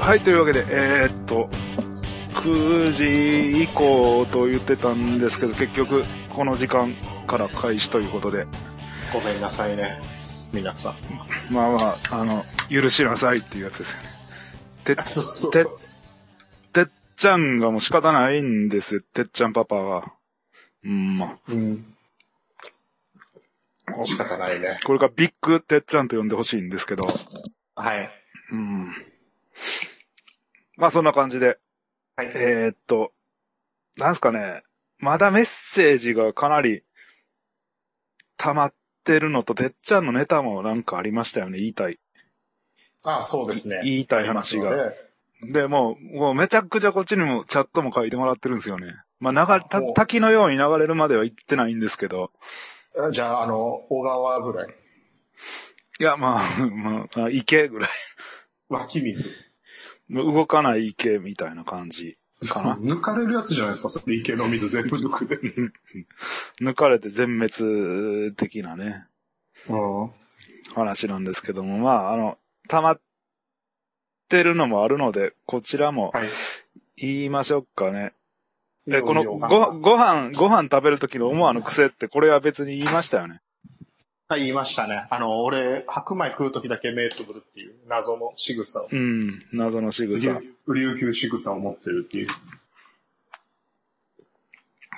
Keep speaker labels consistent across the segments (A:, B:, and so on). A: はい、というわけで、えーっと、9時以降と言ってたんですけど、結局、この時間から開始ということで、
B: ごめんなさいね。皆さん。
A: まあまあ、あの、許しなさいっていうやつですよね。てっ、
B: そうそう
A: ててっちゃんがもう仕方ないんですよ、てっちゃんパパは。うん、まあ。
B: うん。仕方ないね。
A: これがビッグてっちゃんと呼んでほしいんですけど、
B: はい。
A: うん。まあそんな感じで、
B: はい。
A: えーっと、なんすかね、まだメッセージがかなり溜まってるのと、てっちゃんのネタもなんかありましたよね、言いたい。
B: あそうですね。
A: 言いたい話が。
B: ね。
A: で、もう、もうめちゃくちゃこっちにもチャットも書いてもらってるんですよね。まあ、流れ、た
B: お
A: 滝のように流れるまでは行ってないんですけど、
B: じゃあ、あの、小川ぐらい。
A: いや、まあ、 まあ、池ぐらい、
B: 湧き水。
A: 動かない池みたいな感じかな。
B: 抜かれるやつじゃないですか。それ池の水全部抜くで。
A: 抜かれて全滅的なね、
B: うん。
A: 話なんですけども、まあ、あの、溜まってるのもあるので、こちらも
B: はい。
A: 言いましょうかね。え、
B: い
A: この
B: よいよ
A: ご、
B: わかんない
A: ご飯、ご飯食べるときの思わぬ癖って、これは別に言いましたよね。
B: はい、言いましたね。あの、俺、白米食うときだけ目つぶるっていう謎の仕草を。
A: うん、謎の仕草。
B: 琉琉球仕草を持ってるっていう。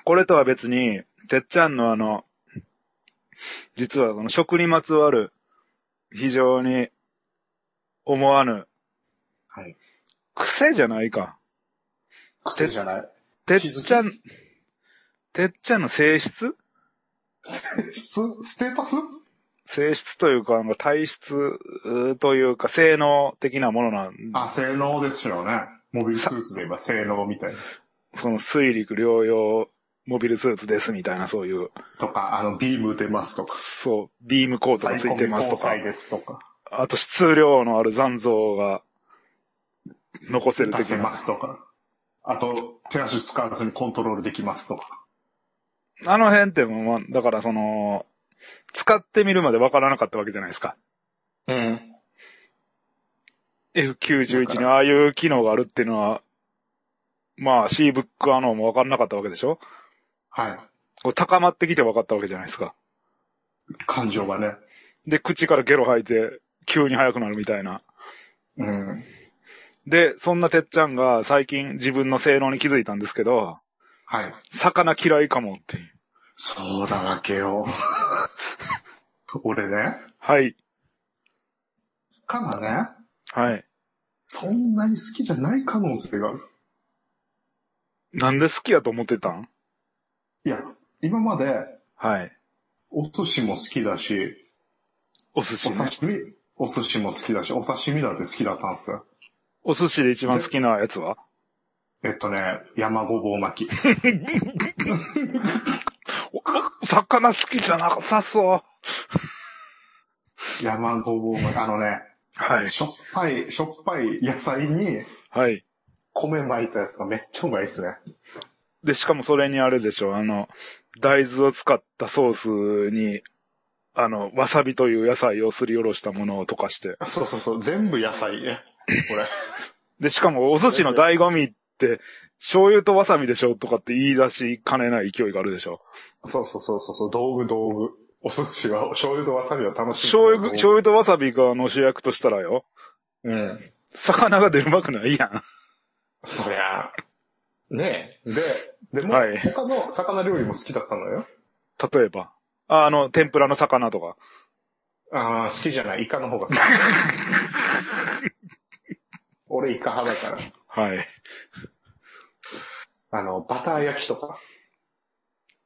A: これとは別に、てっちゃんのあの、実はこの食にまつわる、非常に思わぬ、
B: はい。
A: 癖じゃないか。
B: 癖じゃない。
A: てっちゃん、てっちゃんの性質
B: 質ステータス
A: 性質というか、あの体質うーというか、性能的なものなん
B: あ、性能ですよね。モビルスーツで言えば性能みたいな。
A: その水陸両用モビルスーツですみたいな、そういう、
B: とか、あの、ビーム出ますとか。
A: そう、ビームコートがついてますとか
B: 最高、ですとか。
A: あと質量のある残像が残せる
B: 出
A: 的
B: せ
A: な
B: ま。すとか。あと、手足使わずにコントロールできますとか。
A: あの辺ってもう、まあ、だからその、使ってみるまでわからなかったわけじゃないですか。
B: うん。だ
A: F91
B: か
A: に
B: ら
A: ああいう機能があるっていうのは、まあ、C ブックアノーもわからなかったわけでしょ
B: はい。
A: こう高まってきて分かったわけじゃないですか。
B: 感情がね。
A: で、口からゲロ吐いて、急に速くなるみたいな。
B: うん。
A: で、そんなてっちゃんが最近自分の性能に気づいたんですけど、
B: はい。
A: 魚嫌いかもっていう。
B: そうだわけよ。俺ね、
A: はい。
B: カナね、
A: はい。
B: そんなに好きじゃない可能性がある。
A: なんで好きやと思ってたん
B: いや、今まで、
A: はい。
B: お寿司も好きだし、
A: お寿
B: お
A: 司ね。
B: 刺身、お寿司も好きだし、お刺身だって好きだったんですよ。
A: お寿司で一番好きなやつは
B: えっとね、山ごぼう巻き。
A: お魚好きじゃなさそう。
B: 山ごぼう巻き。あのね、
A: はい。
B: しょっぱい、しょっぱい野菜に
A: はい。
B: 米巻いたやつがめっちゃうまいですね。
A: で、しかもそれにあれでしょ、あの、大豆を使ったソースに、あの、わさびという野菜をすりおろしたものを溶かして。
B: そうそうそう、全部野菜ね。これ。
A: で、しかもお寿司の醍醐味って、醤油とわさびでしょとかって言い出しかねない勢いがあるでしょ。
B: そうそうそうそうそう、道具道具。お寿司は、醤油とわさびを楽し
A: 醤油、
B: む。
A: 醤油とわさびがあの主役としたらよ、
B: 油。うん。
A: 魚が出るまくないやん。
B: そりゃ、ねえ。で、でも、
A: はい
B: 他の魚料理も好きだったのよ。
A: 例えば。ああの、天ぷらの魚とか。
B: ああ、好きじゃない。イカの方が好き。 俺イカ派だから。
A: はい。
B: あの、バター焼きとか。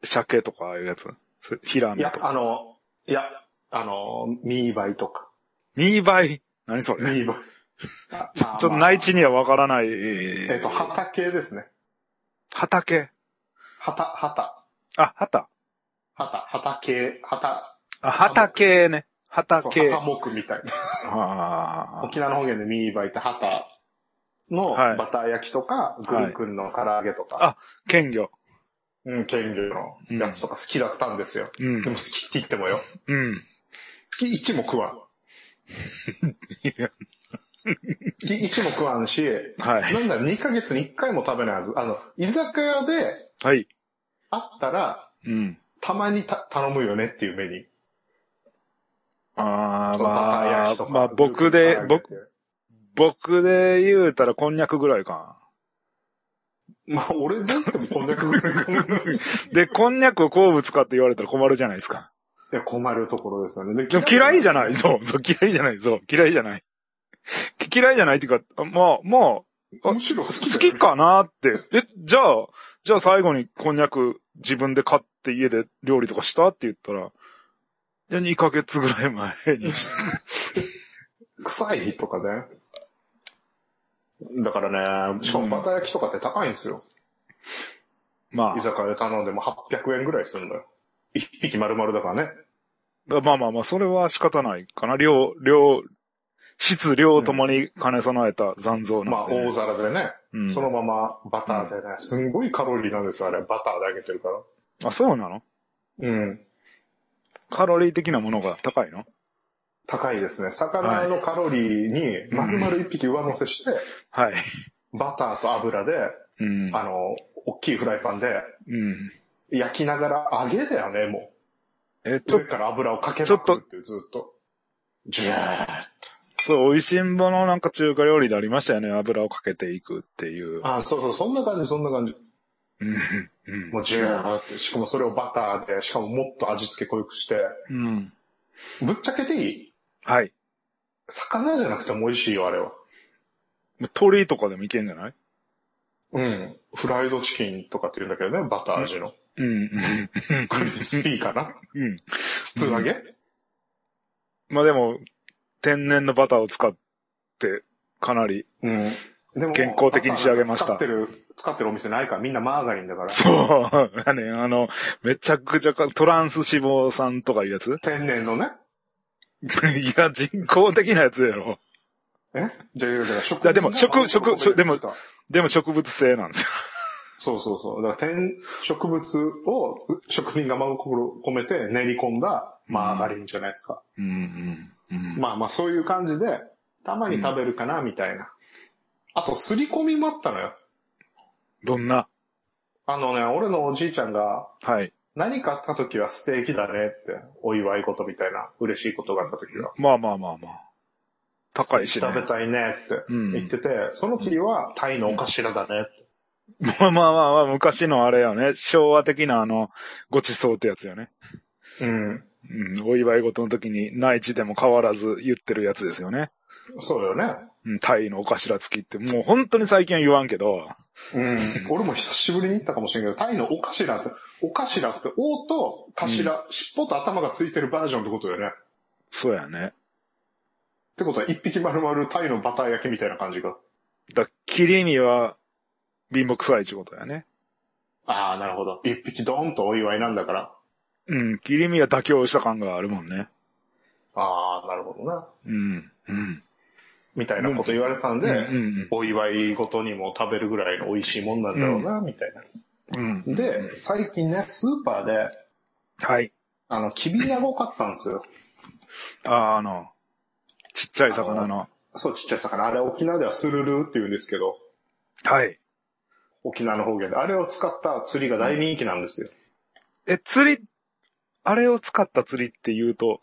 A: 鮭とかああいうやつ。それヒラ
B: い
A: メ
B: や
A: と、か。
B: あの、いや、あの、ミーバイとか。
A: ミーバイ何それ
B: ミ ーバイ。あ
A: ちょ
B: まあ
A: っと内地にはわからない。
B: えっと、畑ですね。
A: 畑。
B: 畑、畑。
A: あ、畑。
B: 畑、畑、畑。
A: あ、畑ね。
B: そう、
A: 畑。
B: 旗木みたいな。
A: あ
B: 沖縄の方言でミーバイって旗の
A: はい
B: バター焼きとか、グルクンの唐揚げとか、
A: あー鮮魚。
B: うん、剣魚のやつとか好きだったんですよ。
A: う
B: でも
A: ん。
B: 好きって言ってもよ。
A: うん。
B: 好き1も食わん。月1も食わんし、
A: はい。
B: なんだ2ヶ月に1回も食べないはず。あの、居酒屋で
A: はい。
B: あったら、
A: うん。
B: たまにた頼むよねっていうメニュー。
A: あー、
B: そのバター
A: ま
B: 焼
A: あ
B: きと、か
A: まあ僕で、僕、、
B: 唐揚げ
A: 僕で言うたらこんにゃくぐらいか
B: まあ俺だってもこんにゃくぐらいかな い
A: な。で、こんにゃくを好物かって言われたら困るじゃないですか。
B: や困るところですよね。
A: でも嫌いじゃない。
B: ぞ
A: そう、そう、嫌いじゃない。そう、嫌いじゃない。き嫌いじゃないっていうか、あまあ、まあ、
B: むしろ好き
A: 好
B: だよ
A: き
B: ね。
A: かなって。え、じゃあ、じゃあ最後にこんにゃく自分で買って家で料理とかしたって言ったら、いや、2ヶ月ぐらい前にして。
B: 臭いとかね。だからね、しかもバター焼きとかって高いんですよ。
A: ま
B: 居酒屋で頼んでも800円ぐらいするんだよ。一匹丸々だからね。
A: あ、まあまあまあ、それは仕方ないかな。量、量、質量ともに兼ね備えた残像
B: ま
A: な
B: あ
A: んで、
B: 大皿でね、
A: うん
B: そのままバターでね、すんごいカロリーなんですよ、あれ。バターで揚げてるから。
A: あ、そうなの
B: うん。
A: カロリー的なものが高いの
B: 高いですね。魚のカロリーに丸々一匹上乗せして、
A: はい。
B: バターと油で、
A: うん。
B: あの、大きいフライパンで
A: うん。
B: 焼きながら揚げだよね、も
A: え、ち
B: う。
A: ょっ
B: 上から油をかけ
A: ちょ
B: ま
A: っと
B: くるっていう、ずっと。ジュー
A: と、
B: ッ
A: そう、美味しんぼのなんか中華料理でありましたよね。油をかけていくっていう。
B: あ、そうそう、そんな感じ、そんな感じ。
A: うん。うん
B: もうジューって、しかもそれをバターで、しかももっと味付け濃くして、
A: うん。
B: ぶっちゃけていい
A: はい。
B: 魚じゃなくても美味しいよ、あれは。
A: 鳥とかでもいけんじゃない
B: うん。フライドチキンとかって言うんだけどね、バター味の。
A: うん。
B: クリスピーかな
A: うん。
B: 普通揚げ
A: まあでも、天然のバターを使って、かなり、
B: うん。でも
A: 健康的に仕上げました
B: バターなんか使ってる、使ってるお店ないから、みんなマーガリンだから。
A: そう、やねんあの、めちゃくちゃか、トランス脂肪酸とかいうやつ
B: 天然のね。
A: いや、人工的なやつやろ。
B: えじゃあ、だから食
A: いやでも
B: 品
A: 食
B: が
A: 食
B: ここ
A: 食でも
B: 作った
A: でも植物性なんですよ。
B: そうそうそう。だから、天、植物を、食品がまを込めて練り込んだマーガリンじゃないですか。
A: うん、うん。
B: まあまあそういう感じで、たまに食べるかな、みたいな。あと、すり込みもあったのよ。
A: どんな
B: あのね、俺のおじいちゃんが、
A: はい。
B: 何かあった時はステーキだねって、お祝い事みたいな、嬉しいことがあった時は。
A: まあまあまあまあ。高いしね。
B: 食べたいねって
A: うん
B: 言ってて、その次はタイのお頭だねって。
A: まあまあまあまあ、昔のあれやね。昭和的なあの、ごちそうってやつよね。
B: うん。
A: うん、お祝い事の時に内地でも変わらず言ってるやつですよね。
B: そうよね。
A: うん、タイのお頭付きって、もう本当に最近は言わんけど、
B: うん。俺も久しぶりに行ったかもしれんけど、タイのお頭って、お頭って、おと頭、尻尾と頭がついてるバージョンってことよね。っ
A: そうやね。
B: てことは、一匹丸々タイのバター焼きみたいな感じが。
A: だ切り身は貧乏臭いってことやね。
B: ああ、なるほど。一匹ドーンとお祝いなんだから。
A: うん、切り身は妥協した感があるもんね。
B: ああ、なるほどな。
A: うん、うん。
B: みたいなこと言われたんで、
A: うん、
B: お祝いごとにも食べるぐらいの美味しいもんなんだろうな、みたい
A: うん。
B: な。で、最近ね、スーパーで、
A: はい。
B: あの、キビナゴ買ったんですよ。
A: あ、あの、ちっちゃい魚の。
B: そう、ちっちゃい魚。あれ、沖縄ではスルルーって言うんですけど、
A: はい。
B: 沖縄の方言で。あれを使った釣りが大人気なんですよ。
A: え、釣り、あれを使った釣りって言うと、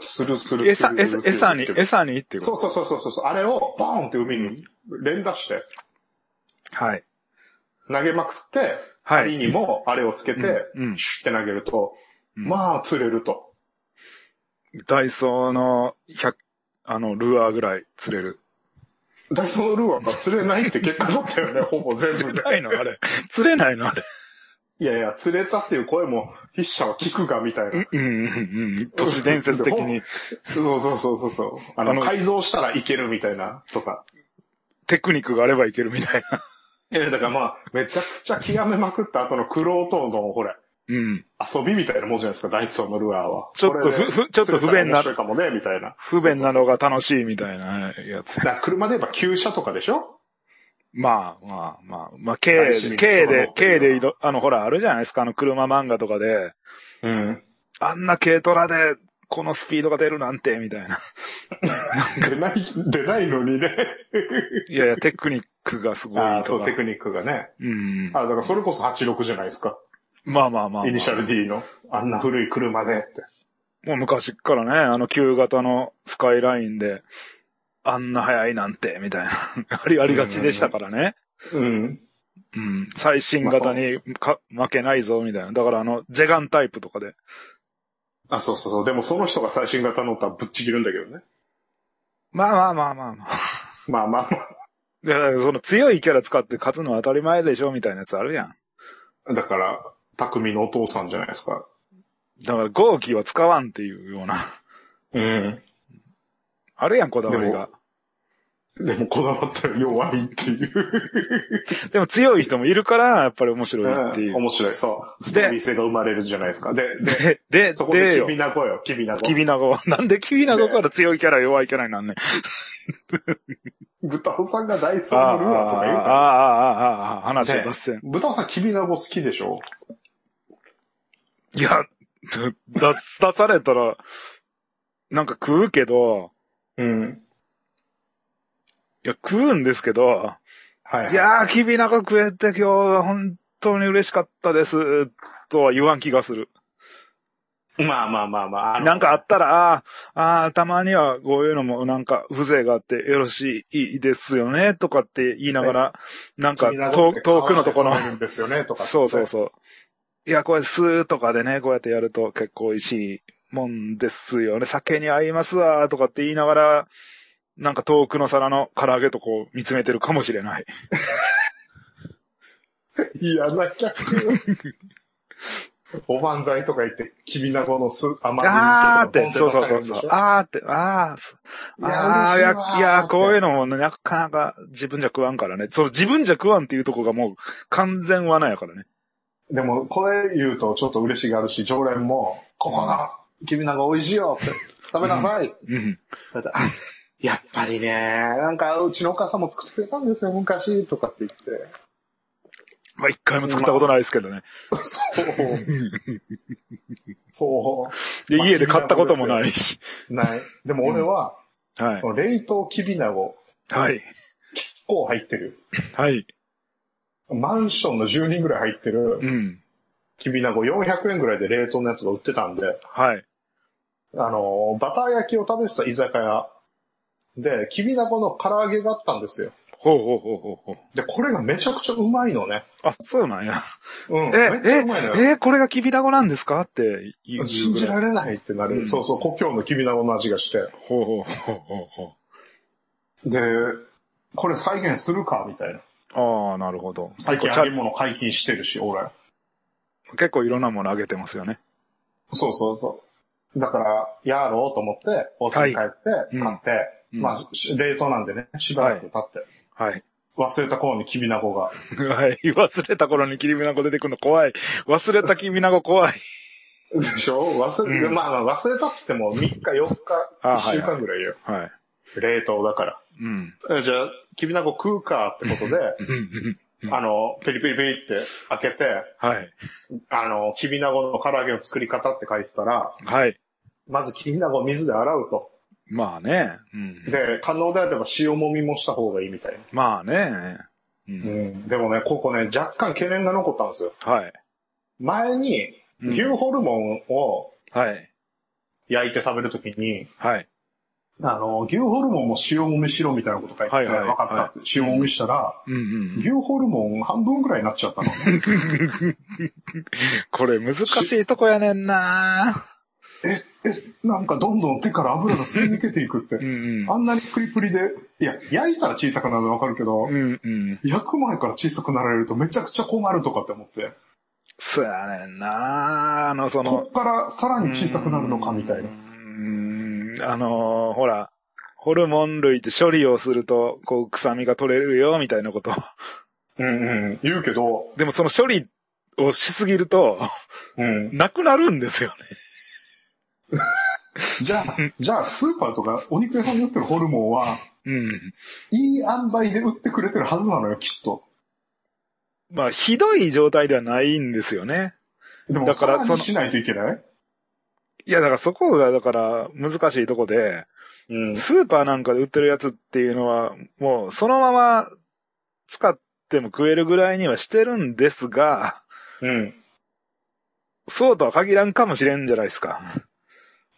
B: スルスルス
A: 餌
B: ル、
A: 餌、餌に、
B: 餌。
A: 餌にっていうこ
B: そうそうそうそうそう。あれを、ボーンって海に連打して、
A: と。はい。
B: 投げまくって、
A: はい
B: 針にもあれをつけて、
A: うんうん
B: シュッて投げると、
A: うん
B: まあ釣れると。
A: ダイソーの100、あの、ルアーぐらい釣れる。
B: ダイソーのルーアーが釣れないって結果だった よね、ほぼ全
A: 釣
B: 部
A: れ
B: で。
A: ないのあれ。 釣れないのあれ。
B: いやいや、釣れたっていう声も筆者は聞くが、みたいな。
A: うん、うん、うん。都市伝説的に、
B: そうそうそうそうそう。あの、
A: あの
B: 改造したらいけるみたいな、とか。
A: テクニックがあればいけるみたいな。
B: いや、だからまあ、めちゃくちゃ極めまくった後のクロートの、ほれ、
A: うん。
B: 遊びみたいなもんじゃないですか、ダイソーのルアーは。
A: ちょっとふふちょっと不便な
B: る。面白いかもね、みたいな。
A: 不便なのが楽しいみたいなやつ
B: だ。から車で言えば旧車とかでしょ
A: まあまあまあ、まあ、K
B: 大市
A: で、
B: 民の
A: K で
B: 心、
A: K で移動、あの、ほら、あるじゃないですか、あの車漫画とかで、
B: うん。
A: あんな軽トラでこのスピードが出るなんて、みたい な。
B: 出ない、出ないのにね。
A: いやいや、テクニックがすごいとか。
B: ああ、そう、テクニックがね。
A: うん。
B: あだからそれこそ86じゃないですか。
A: まあまあまあ、まあ。
B: イニシャル D の。あんな古い車でって。
A: もう昔っからね、あの旧型のスカイラインで、あんな速いなんて、みたいな。 あり、ありがちでしたからね。
B: うん。
A: うん。最新型にか負けないぞ、みたいな。だからあの、ジェガンタイプとかで。
B: あ、そうそうそう。でもその人が最新型乗ったらぶっちぎるんだけどね。
A: まあまあまあまあまあ。
B: まあまあま
A: いやだからその強いキャラ使って勝つのは当たり前でしょ、みたいなやつあるやん。
B: あ。だから、匠のお父さんじゃないですか。
A: だから、豪気は使わんっていうような。
B: うん。
A: あるやん、こだわりが。
B: でもこだわったら弱いっていう。
A: でも強い人もいるから、やっぱり面白いっていう。
B: 面白い。そう。ストーリー性が生まれるじゃないですか。で、で、
A: で、で、
B: そこ
A: で
B: で
A: よ
B: キビ。ナゴよ、キビナゴ。
A: キビナゴは。 なんでキビナゴから強いキャラ弱いキャラになんねん。
B: 豚尾さんが大好き
A: あ
B: な
A: あ
B: ルアーとか言う
A: あ
B: から。
A: あああああ話を脱線。
B: 豚尾さん、キビナゴ好きでしょ
A: いや、出、出出されたら、なんか食うけど、
B: うん。
A: いや、食うんですけど、
B: はい、はい。
A: いやー、 キビナゴ食えて今日は本当に嬉しかったです、とは言わん気がする。
B: まあまあまあまあ。あの
A: なんかあったら、ああ、ああ、たまにはこういうのもなんか風情があってよろしいですよね、とかって言いながら、なんか
B: キビナゴ
A: 遠
B: って
A: 遠くのところ
B: 皮が剥がれるんですよねとかって
A: そうそうそう。いや、これ、スーとかでね、こうやってやると結構美味しいもんですよね。酒に合いますわ、とかって言いながら、なんか遠くの皿の唐揚げとこう見つめてるかもしれない。
B: 嫌 な客。おばんざいとか言って、きびなごの酢、甘酢
A: あーっ
B: 漬け
A: て、
B: とか
A: そうそうそう
B: ポン
A: そう
B: って出されるんでしょ。
A: あーって、あーす、
B: いや
A: あー、い
B: 嬉しい
A: や
B: わー、
A: いや
B: って
A: こういうのもね、なかなか自分じゃ食わんからね。そう、自分じゃ食わんっていうとこがもう完全罠やからね。
B: でも、これ言うとちょっと嬉しがあるし、常連も、ここの、きびなご美味しいよって、食べなさい。
A: うん。
B: だってあやっぱりね、なんか、うちのお母さんも作ってくれたんですよ、昔、とかって言って。
A: まあ、一回も作ったことないですけどね。
B: そう。そ
A: で、
B: まあ
A: 家で買ったこともないし。
B: う。ない。でも俺は、
A: はい
B: そ。の冷凍きびなご、
A: はい。
B: こう入ってる。
A: はい。
B: マンションの10人ぐらい入ってる、
A: うん。
B: きびなご400円ぐらいで冷凍のやつが売ってたんで、
A: はい。
B: あの、バター焼きを食べてた居酒屋で、きびなごの唐揚げがあったんですよ。
A: ほうほうほうほうほう。
B: で、これがめちゃくちゃうまいのね。
A: あ、そうなんや。
B: うん。
A: え
B: めっちゃうまいのよ。
A: えー、これがきびだごなんですかって言う
B: 信じら
A: い。
B: れないってなる。
A: うん
B: そうそう、故郷のきびなごの味がして。
A: ほうほうほうほうほ
B: で、これ再現するかみたいな。
A: う。ああ、なるほど。
B: 最近
A: 結構チ
B: 揚げ物解禁してるし、俺。
A: ャ結構いろんなものあげてますよね。
B: そうそうそう。だから、やろうと思って、お家に帰って、
A: は
B: 買
A: い
B: って、
A: うん
B: まあ、し冷凍なんでね、しばらく経って。
A: はい。
B: 忘れた頃にきびなごが。
A: はい。忘れた頃にきびなご出てくるの怖い。忘れたきびなご怖い。
B: でしょ忘れ、
A: うん
B: まあまあ忘れたっつっても3日4日、
A: あ
B: 1週間ぐらいよ。
A: はい。
B: 冷凍だか
A: うん。
B: ら。えじゃあ、きびなご食うかってことで、
A: うんうんうん
B: あの、ペリペリペリって開けて、
A: はい。
B: あの、きびなごの唐揚げの作り方って書いてたら、
A: はい。
B: まずきびなごを水で洗うと。
A: まあね。うん。
B: で、可能であれば塩もみもした方がいいみたいな。
A: まあね。う。
B: うんん。でもね、ここね、若干懸念が残ったんですよ。
A: はい。
B: 前に、
A: うん
B: 牛ホルモンを
A: はい。
B: 焼いて食べるときに、
A: はい。
B: あの、牛ホルモンも塩もみしろみたいなこと書いてて、
A: はいはい
B: 分かったって、塩もみしたら、
A: うんうん。
B: 牛ホルモン半分ぐらいになっちゃったのね。
A: これ難しいとこやねんな
B: なんかどんどん手から油が吸い抜けていくっ
A: う
B: て。
A: ん
B: あんなにプリプリで、いや、焼いたら小さくなるのわかるけど
A: うん。、うんうん。
B: 焼く前から小さくなられるとめちゃくちゃ困るとかって思って、
A: そうやねんなあの、そ
B: こ
A: の
B: っ、からさらに小さくなるのかみたいうな。
A: ーんあのーほら、ホルモン類って処理をすると、こう、臭みが取れるよ、みたいなこと。
B: うんうん。言うけど、
A: でもその処理をしすぎると、
B: うん。
A: なくなるんですよね。
B: じゃあ、じゃあスーパーとかお肉屋さんに売ってるホルモンは、
A: うん。
B: いい塩梅で売ってくれてるはずなのよ、きっと。
A: まあ、ひどい状態ではないんですよね。
B: でも、
A: だ
B: さ
A: から
B: ら
A: その
B: にしないといけない
A: いや、だからそこが、だから、難しいとこで、
B: うん。
A: スーパーなんかで売ってるやつっていうのは、もう、そのまま使っても食えるぐらいにはしてるんですが、
B: うん。
A: そうとは限らんかもしれんじゃないですか。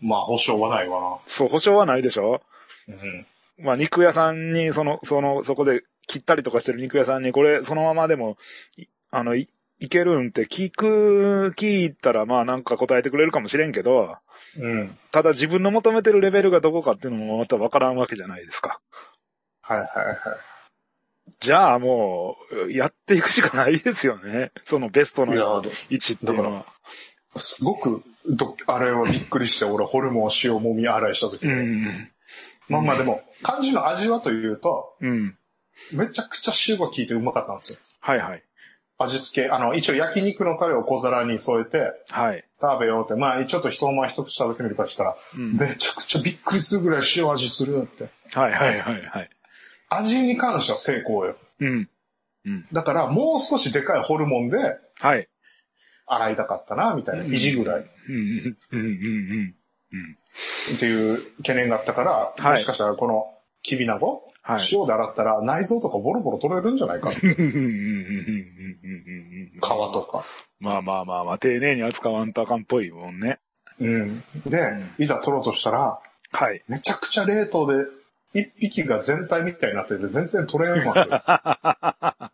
B: まあ、保証はないわ
A: そう、保証はないでしょ
B: な。うん。
A: まあ、肉屋さんに、その、その、そこで切ったりとかしてる肉屋さんに、これ、そのままでも、いあの、い、いけるんって聞く、聞いたら、まあ、なんか答えてくれるかもしれんけど、
B: うん。
A: ただ自分の求めてるレベルがどこかっていうのもまたわからんわけじゃないですか。
B: はいはいはい。
A: じゃあもう、やっていくしかないですよね。そのベスト
B: いや
A: の位置っていうのは。
B: すごく、ど、あれはびっくりして、俺、ホルモン塩もみ洗いした時、
A: うん。
B: まあまあでも、漢字の味はというと、
A: うん。
B: めちゃくちゃ塩が効いてうまかったんですよ。
A: はいはい。
B: 味付け、あの、一応焼肉のタレを小皿に添えて、
A: はい。
B: 食べようって、まあ、ちょっと人前一口食べてみるかしたら、
A: うん。
B: めちゃくちゃびっくりするぐらい塩味するって。
A: はいはいはいはい。
B: 味に関しては成功よ。
A: うん。
B: だから、もう少しでかいホルモンで
A: はい。
B: 洗いたかったな、みたいな、
A: うん
B: 意地ぐらい
A: うんうんうんうんうん。
B: っていう懸念があったから、
A: はい
B: もしかしたらこの、きびなご、
A: はい。
B: 塩で洗ったら内臓とかボロボロ取れるんじゃな いか。皮
A: うんうんうんうんうんうんうん。
B: とか。
A: まあまあまあまあ、丁寧に扱わんとあかんっぽいもんね。
B: うん。で、いざ取ろうとしたら、
A: はい。
B: めちゃくちゃ冷凍で、一匹が全体みたいになってて、全然取れないわ けよ。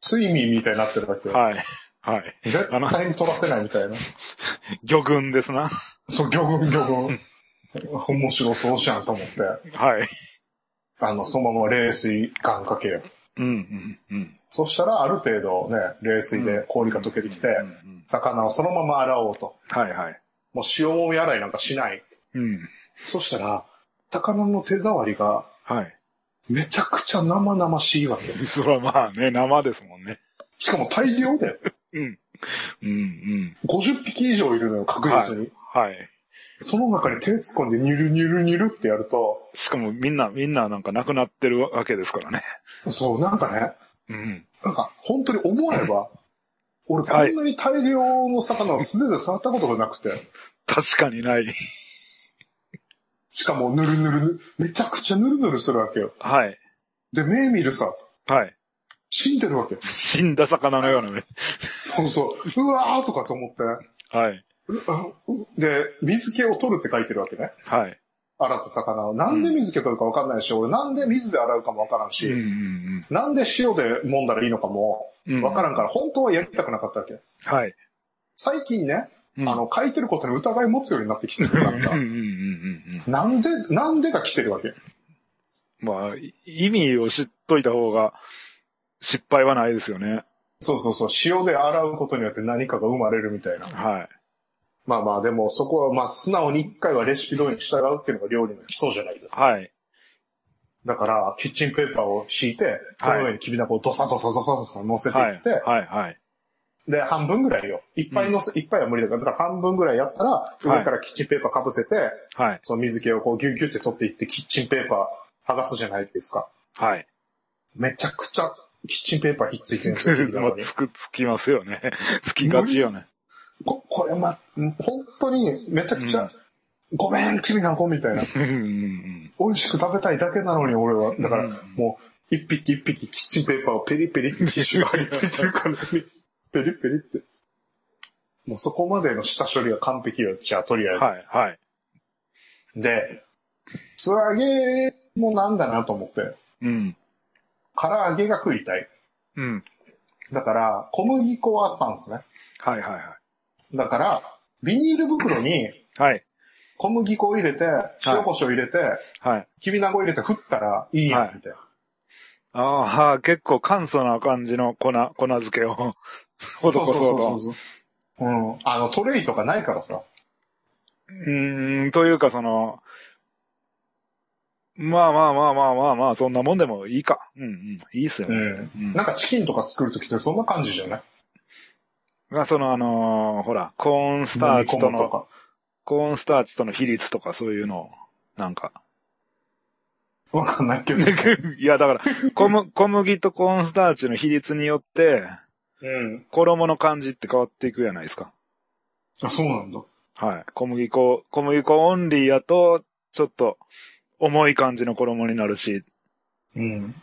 B: 睡眠みたいになってるわけよ。
A: はい。はい。
B: 絶対に取らせないみたいな。
A: 魚群ですな。
B: そう、魚群魚群。面白そうじゃんと思って。
A: はい。
B: あの、そのまま冷水感かけよ。
A: うんうんうん。
B: そしたら、ある程度ね、冷水で氷が溶けてきて、
A: うんうん
B: 魚をそのまま洗おうと。
A: はいはい。
B: もう塩もみ洗いなんかしない。
A: うん。
B: そしたら、魚の手触りが
A: はい。
B: めちゃくちゃ生々しいわけ。
A: それはまあね、生ですもんね。
B: しかも大量だよ。
A: うん。うんうん。
B: 50匹以上いるのよ、確実に。
A: はい。
B: その中に手突っ込んでニュルニュルニュルってやると、
A: しかもみんな、みんななんか亡くなってるわけですからね。
B: そう、なんかね、
A: うん。
B: なんか本当に思え ば、俺こんなに大量の魚を素手で触ったことがなくて、
A: 確かにない。
B: しかもヌルヌルヌ、めちゃくちゃヌルヌルするわけよ。
A: はい。
B: で、目見るさ、
A: はい。
B: 死んでるわけ。
A: 死んだ魚のような目。
B: そうそう、うわーとかと思って、
A: はい。
B: うあうで、水気を取るって書いてるわけね。
A: はい。
B: 洗った魚を。なんで水気取るか分かんないし、俺なんで水で洗うかも分からんし、
A: うんうん
B: なんで塩で揉んだらいいのかも
A: うん。う。
B: 分からんからら、本当はやりたくなかったわけ。
A: はい。
B: 最近ね、
A: うん
B: あ、の、書いてることに疑い持つようになってきてる。なん
A: うんう
B: か
A: んうんうん
B: なんで、なんでが来てるわけ。
A: うん。まあ、い意味を知っといた方が、失敗はないですよね。
B: そうそうそう、塩で洗うことによって何かが生まれるみたいな。
A: は
B: まあまあ、でもそこは、まあ、素直に一回はレシピ通りに従うっていうのが料理の基礎じゃないです
A: い。
B: か。
A: はい。
B: だから、キッチンペーパーを敷いて、その上にきびだこをドサドサドサドサ乗せて
A: はいい
B: って、。
A: はい。はい。
B: で、半分ぐらいよ。いっぱいのせ、いっぱいは無理だから、だから半分ぐらいやったら、
A: い
B: 上からキッチンペーパーかぶせて、
A: はい。
B: その水気をこうギュッギュッって取っていって、キッチンペーパー剥がすじゃないですか。
A: はい。
B: めちゃくちゃキッチンペーパーひっついてるんですよ、
A: まあ、つく、つきますよね。 つきがちよね。
B: ここれま、本当にめちゃくちゃ、ごめん、君の子みたいな。
A: うんうんうん。
B: 美味しく食べたいだけなのに、俺は。だから、
A: うん
B: もう、一匹一匹キッチンペーパーをペリペリってティッシュが貼り付いて るから、ね、ペリペリって。もうそこまでの下処理は完璧よ。じゃあ、とりあえず。
A: はい。はい。
B: で、素揚げもなんだなと思って、
A: うん。
B: 唐揚げが食いたい。
A: うん。
B: だから、小麦粉はあったんですね。
A: はいはいは
B: だから、ビニール袋に
A: い。はい。
B: 小麦粉を入れて、塩コショウ入れて、
A: はい。
B: きびなご入れて振ったらいいや
A: はい
B: ん、みたいな。
A: ああ、はあ、結構簡素な感じの粉、粉漬けを、 施そうと。う
B: そうそう。うん。あの、トレイとかないからさ。
A: ーん、というかその、まあまあまあまあまあまあ、そんなもんでもいいか。うんうん、いいっすよ
B: う
A: ね。
B: ん。
A: うん
B: なんかチキンとか作るときってそんな感じじゃない
A: が、そのあのーほら、コーンスターチと
B: 飲み込む
A: の、
B: か。
A: コーンスターチとの比率とかそういうのを、なんか、
B: わかんないけど。
A: いや、だから、小 麦小麦とコーンスターチの比率によって、
B: うん。
A: 衣の感じって変わっていくじゃないですか。
B: あ、そうなんだ。
A: はい。小麦粉、小麦粉オンリーやと、ちょっと重い感じの衣になるし、
B: うん。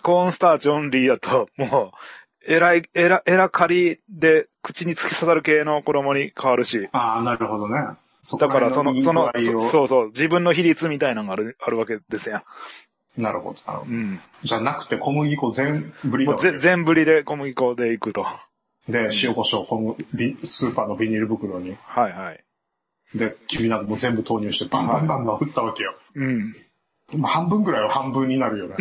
A: コーンスターチオンリーやと、もう、えらい、えら、えらかりで口に突き刺さる系の衣に変わるし、
B: ああ、なるほどね。そこ
A: だ
B: ら
A: からそ
B: 辺
A: の、その
B: いい具合を
A: そ、そうそう、自分の比率みたいなのがある、あるわけですや
B: なるほど、なるほ
A: ん。
B: ど。
A: うん。
B: じゃなくて小麦粉全ぶり
A: も
B: だ
A: うぜ全振りで小麦粉でいくと。は
B: で、塩胡椒、小麦、スーパーのビニール袋に。
A: いはい。
B: で、きびなども全部投入して、バンバンバンバン振ったわけよ。
A: うん。
B: まあ、半分ぐらいは半分に なるよね。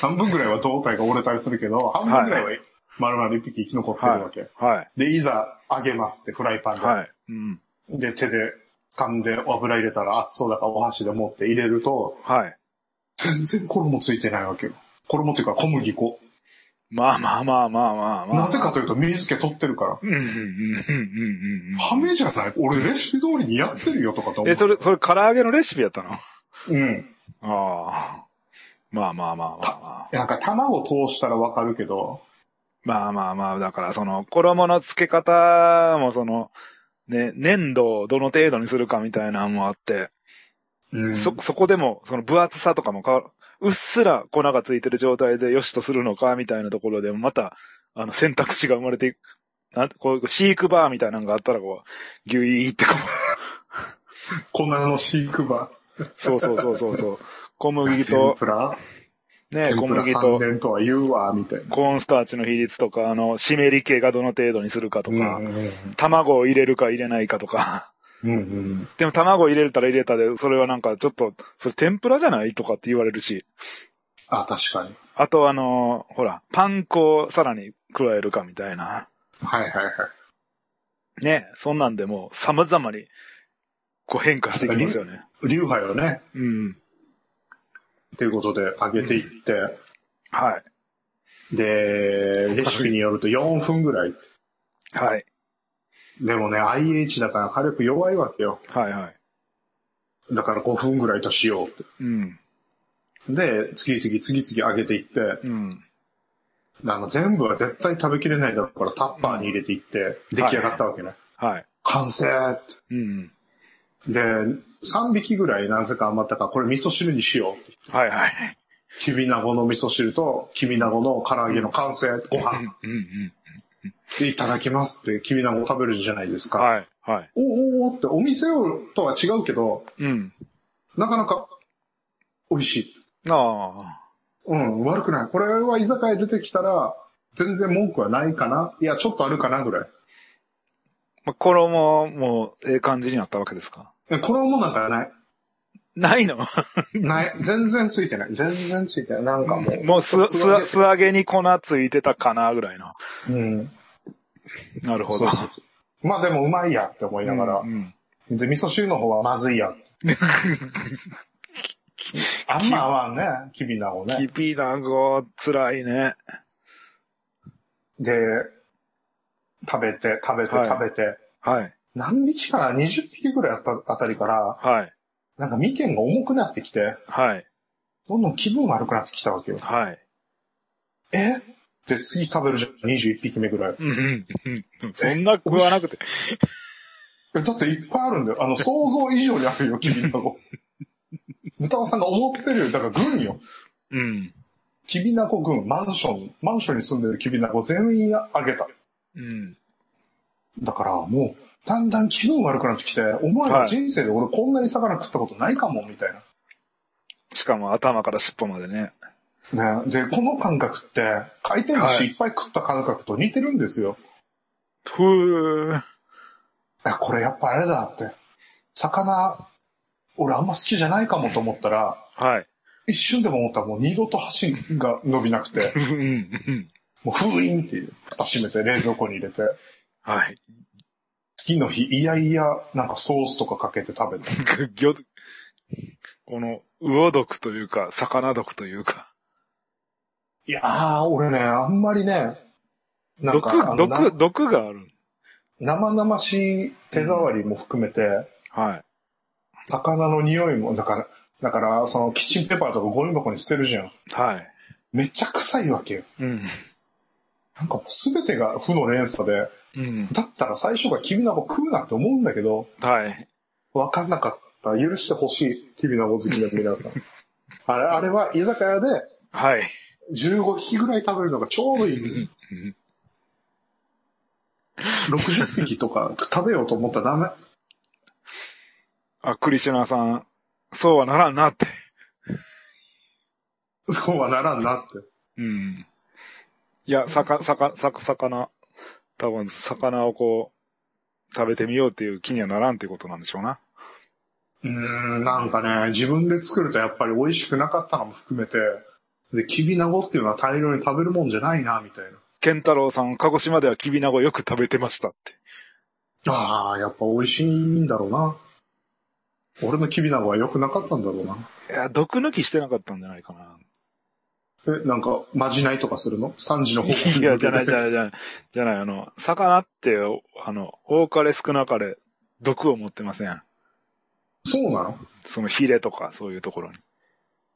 B: 半分ぐらいは胴体が折れたりするけど、半分ぐらいは丸々一匹生き残ってるわけ。
A: はい。
B: で、いざ揚げますって、フライパンで。
A: はい。うん。
B: で、手で掴んで油入れたら熱そうだからお箸で持って入れると、
A: はい。
B: 全然衣ついてないわけよ。衣っていうか小麦粉。
A: まあまあまあまあまあまあ。
B: なぜかというと水気取ってるから。
A: うんうんうんうんうんうん。
B: ハメじゃない俺レシピ通りにやってるよとかと思う。
A: え、それ、それ唐揚げのレシピやったのあ
B: うん。
A: あ。まあまあまあまあまあ。
B: なんか卵通したらわかるけど、
A: まあまあまあ、だからその、衣の付け方もその、ね、粘土をどの程度にするかみたいなのもあって、
B: うん
A: そ、そこでも、その分厚さとかも変わる。うっすら粉がついてる状態で良しとするのかみたいなところでも、また、あの、選択肢が生まれていく。なんてこういう、飼育バーみたいなのがあったら、こう、ギュイーってこう、
B: 粉の飼育場。
A: そうそうそうそうそう。小麦
B: 天
A: と、
B: ぷら
A: ね、
B: 天
A: 小
B: ぷら
A: 麦と
B: 3、年とは言うわ、みたいな。
A: コーンスターチの比率とか、あの、湿り気がどの程度にするかと
B: うん
A: か、
B: うん
A: 卵を入れるか入れないかとか。
B: うんうん
A: でも卵を入れれたら入れたで、それはなんかちょっと、それ天ぷらじゃないとかって言われるし。
B: あ、確かに。
A: あとあのーほら、パン粉をさらに加えるかみたいな。
B: はいはいはい。
A: ね、そんなんでもう様々に、こう変化していきますよね。
B: 流派よね。
A: うん。
B: ということで、揚げていって、
A: はい。
B: で、レシピによると4分ぐらい。
A: はい。
B: でもね、IH だから火力弱いわけよ。
A: はいはい。
B: だから5分ぐらいとしようって。
A: うん。
B: で、次々次々揚げていって、
A: うん。
B: あの、全部は絶対食べきれないだろうからタッパーに入れていって、出来上がったわけね。
A: はい。
B: 完成って。
A: うん。
B: で、3匹ぐらいなぜか余ったから、これ味噌汁にしよう。
A: はいはい。
B: きびなごの味噌汁と、きびなごの唐揚げの完成、
A: う
B: ご飯
A: んうん
B: でいただきますって、きびなごを食べるじゃないです
A: うん。
B: か。
A: はい。はい。
B: おおおって、お店とは違うけど、
A: うん。
B: なかなか美味しい。
A: あ
B: うん、悪くない。これは居酒屋出てきたら、全然文句はないかないや、ちょっとあるかなぐらい。
A: あ。まあ、衣もええ感じになったわけですか
B: え衣なんかない。
A: ないの
B: ない。全然ついてない。全然ついてない。なんかも う。
A: もうす、
B: 素揚げ
A: す、素揚げに粉ついてたかなぐらいの。
B: うん。
A: なるほ
B: そ
A: ど
B: う。そうそうまあでもうまいやって思いながら
A: う。ん。
B: で、味噌汁の方はまずいや。 あんま合わんね。きびなをね。
A: きびだんご、辛いね。
B: で、食べて、食べて、
A: はい
B: 食べて。
A: はい。
B: 何日かな ?20 匹ぐらいあったあたりから、
A: はい。
B: なんか未見が重くなってきて、
A: はい。
B: どんどん気分悪くなってきたわけよ。
A: はい。
B: えで、次食べるじゃん。21匹目ぐらい。
A: うんうんうんそんな食わなくて。
B: え、だっていっぱいあるんだよ。あの、想像以上にあ るよ、君なご。豚尾さんが思ってるよりだから軍よ。
A: うん。
B: きびなこ軍、マンション、マンションに住んでるきびなこ全員あげた。
A: うん。
B: だからもう、だんだん気分悪くなってきて、お前は
A: はい
B: 人生で俺こんなに魚食ったことないかも、みたい
A: しかも頭から尻尾までね。
B: な。ね、で、この感覚って、回転寿
A: は
B: 司
A: い
B: いっぱい食った感覚と似てるんですよ。
A: ふー。
B: いやこれやっぱあれだって。魚、俺あんま好きじゃないかもと思ったら、
A: はい。
B: 一瞬でも思ったらもう二度と箸が伸びなくて、
A: うんうん。
B: もう封印っていう、蓋閉めて冷蔵庫に入れて、
A: はい。
B: 次の日、いやいや、なんかソースとかかけて食べて。
A: ぐぎょ、この、魚毒というか、魚毒というか。
B: いやー、俺ね、あんまりね、なんか、あ
A: 毒、
B: のな
A: 毒、毒がある。
B: 生々しい手触りも含めて、
A: はい。
B: 魚の匂いも、だから、だから、そのキッチンペーパーとかゴミ箱に捨てるじゃん。
A: はい。
B: めっちゃ臭いわけよ。
A: うん。
B: なんかもう全てが負の連鎖で、
A: うん。
B: だったら最初からキビナゴ食うなって思うんだけど、
A: はい。
B: わかんなかった。許してほしい。キビナゴ好きの皆さん。あれ、あれは居酒屋で
A: はい。
B: 15匹ぐらい食べるのがちょうどいい。60匹とか食べようと思ったらダメ。
A: あ、クリシュナさん、そうはならんなって。
B: そうはならんなって。
A: うん。いや、さか、さか、さか、魚、多分、魚をこう、食べてみようっていう気にはならんっていうことなんでしょうな。
B: うーん、なんかね、自分で作るとやっぱり美味しくなかったのも含めて、で、キビナゴっていうのは大量に食べるもんじゃないな、みたい
A: ケンタロウさん、鹿児島ではキビナゴよく食べてましたって。
B: な。ああ、やっぱ美味しいんだろうな。俺のキビナゴは良くなかったんだろうな。
A: いや、毒抜きしてなかったんじゃないかな。
B: え、なんか、まじないとかするの ?3 時の報告
A: い や、じゃない、じゃ
B: い。
A: ない、じゃない。じゃない、あの、魚って、あの、多かれ少なかれ、毒を持ってません。
B: そうなの
A: そのヒレとか、そういうところに。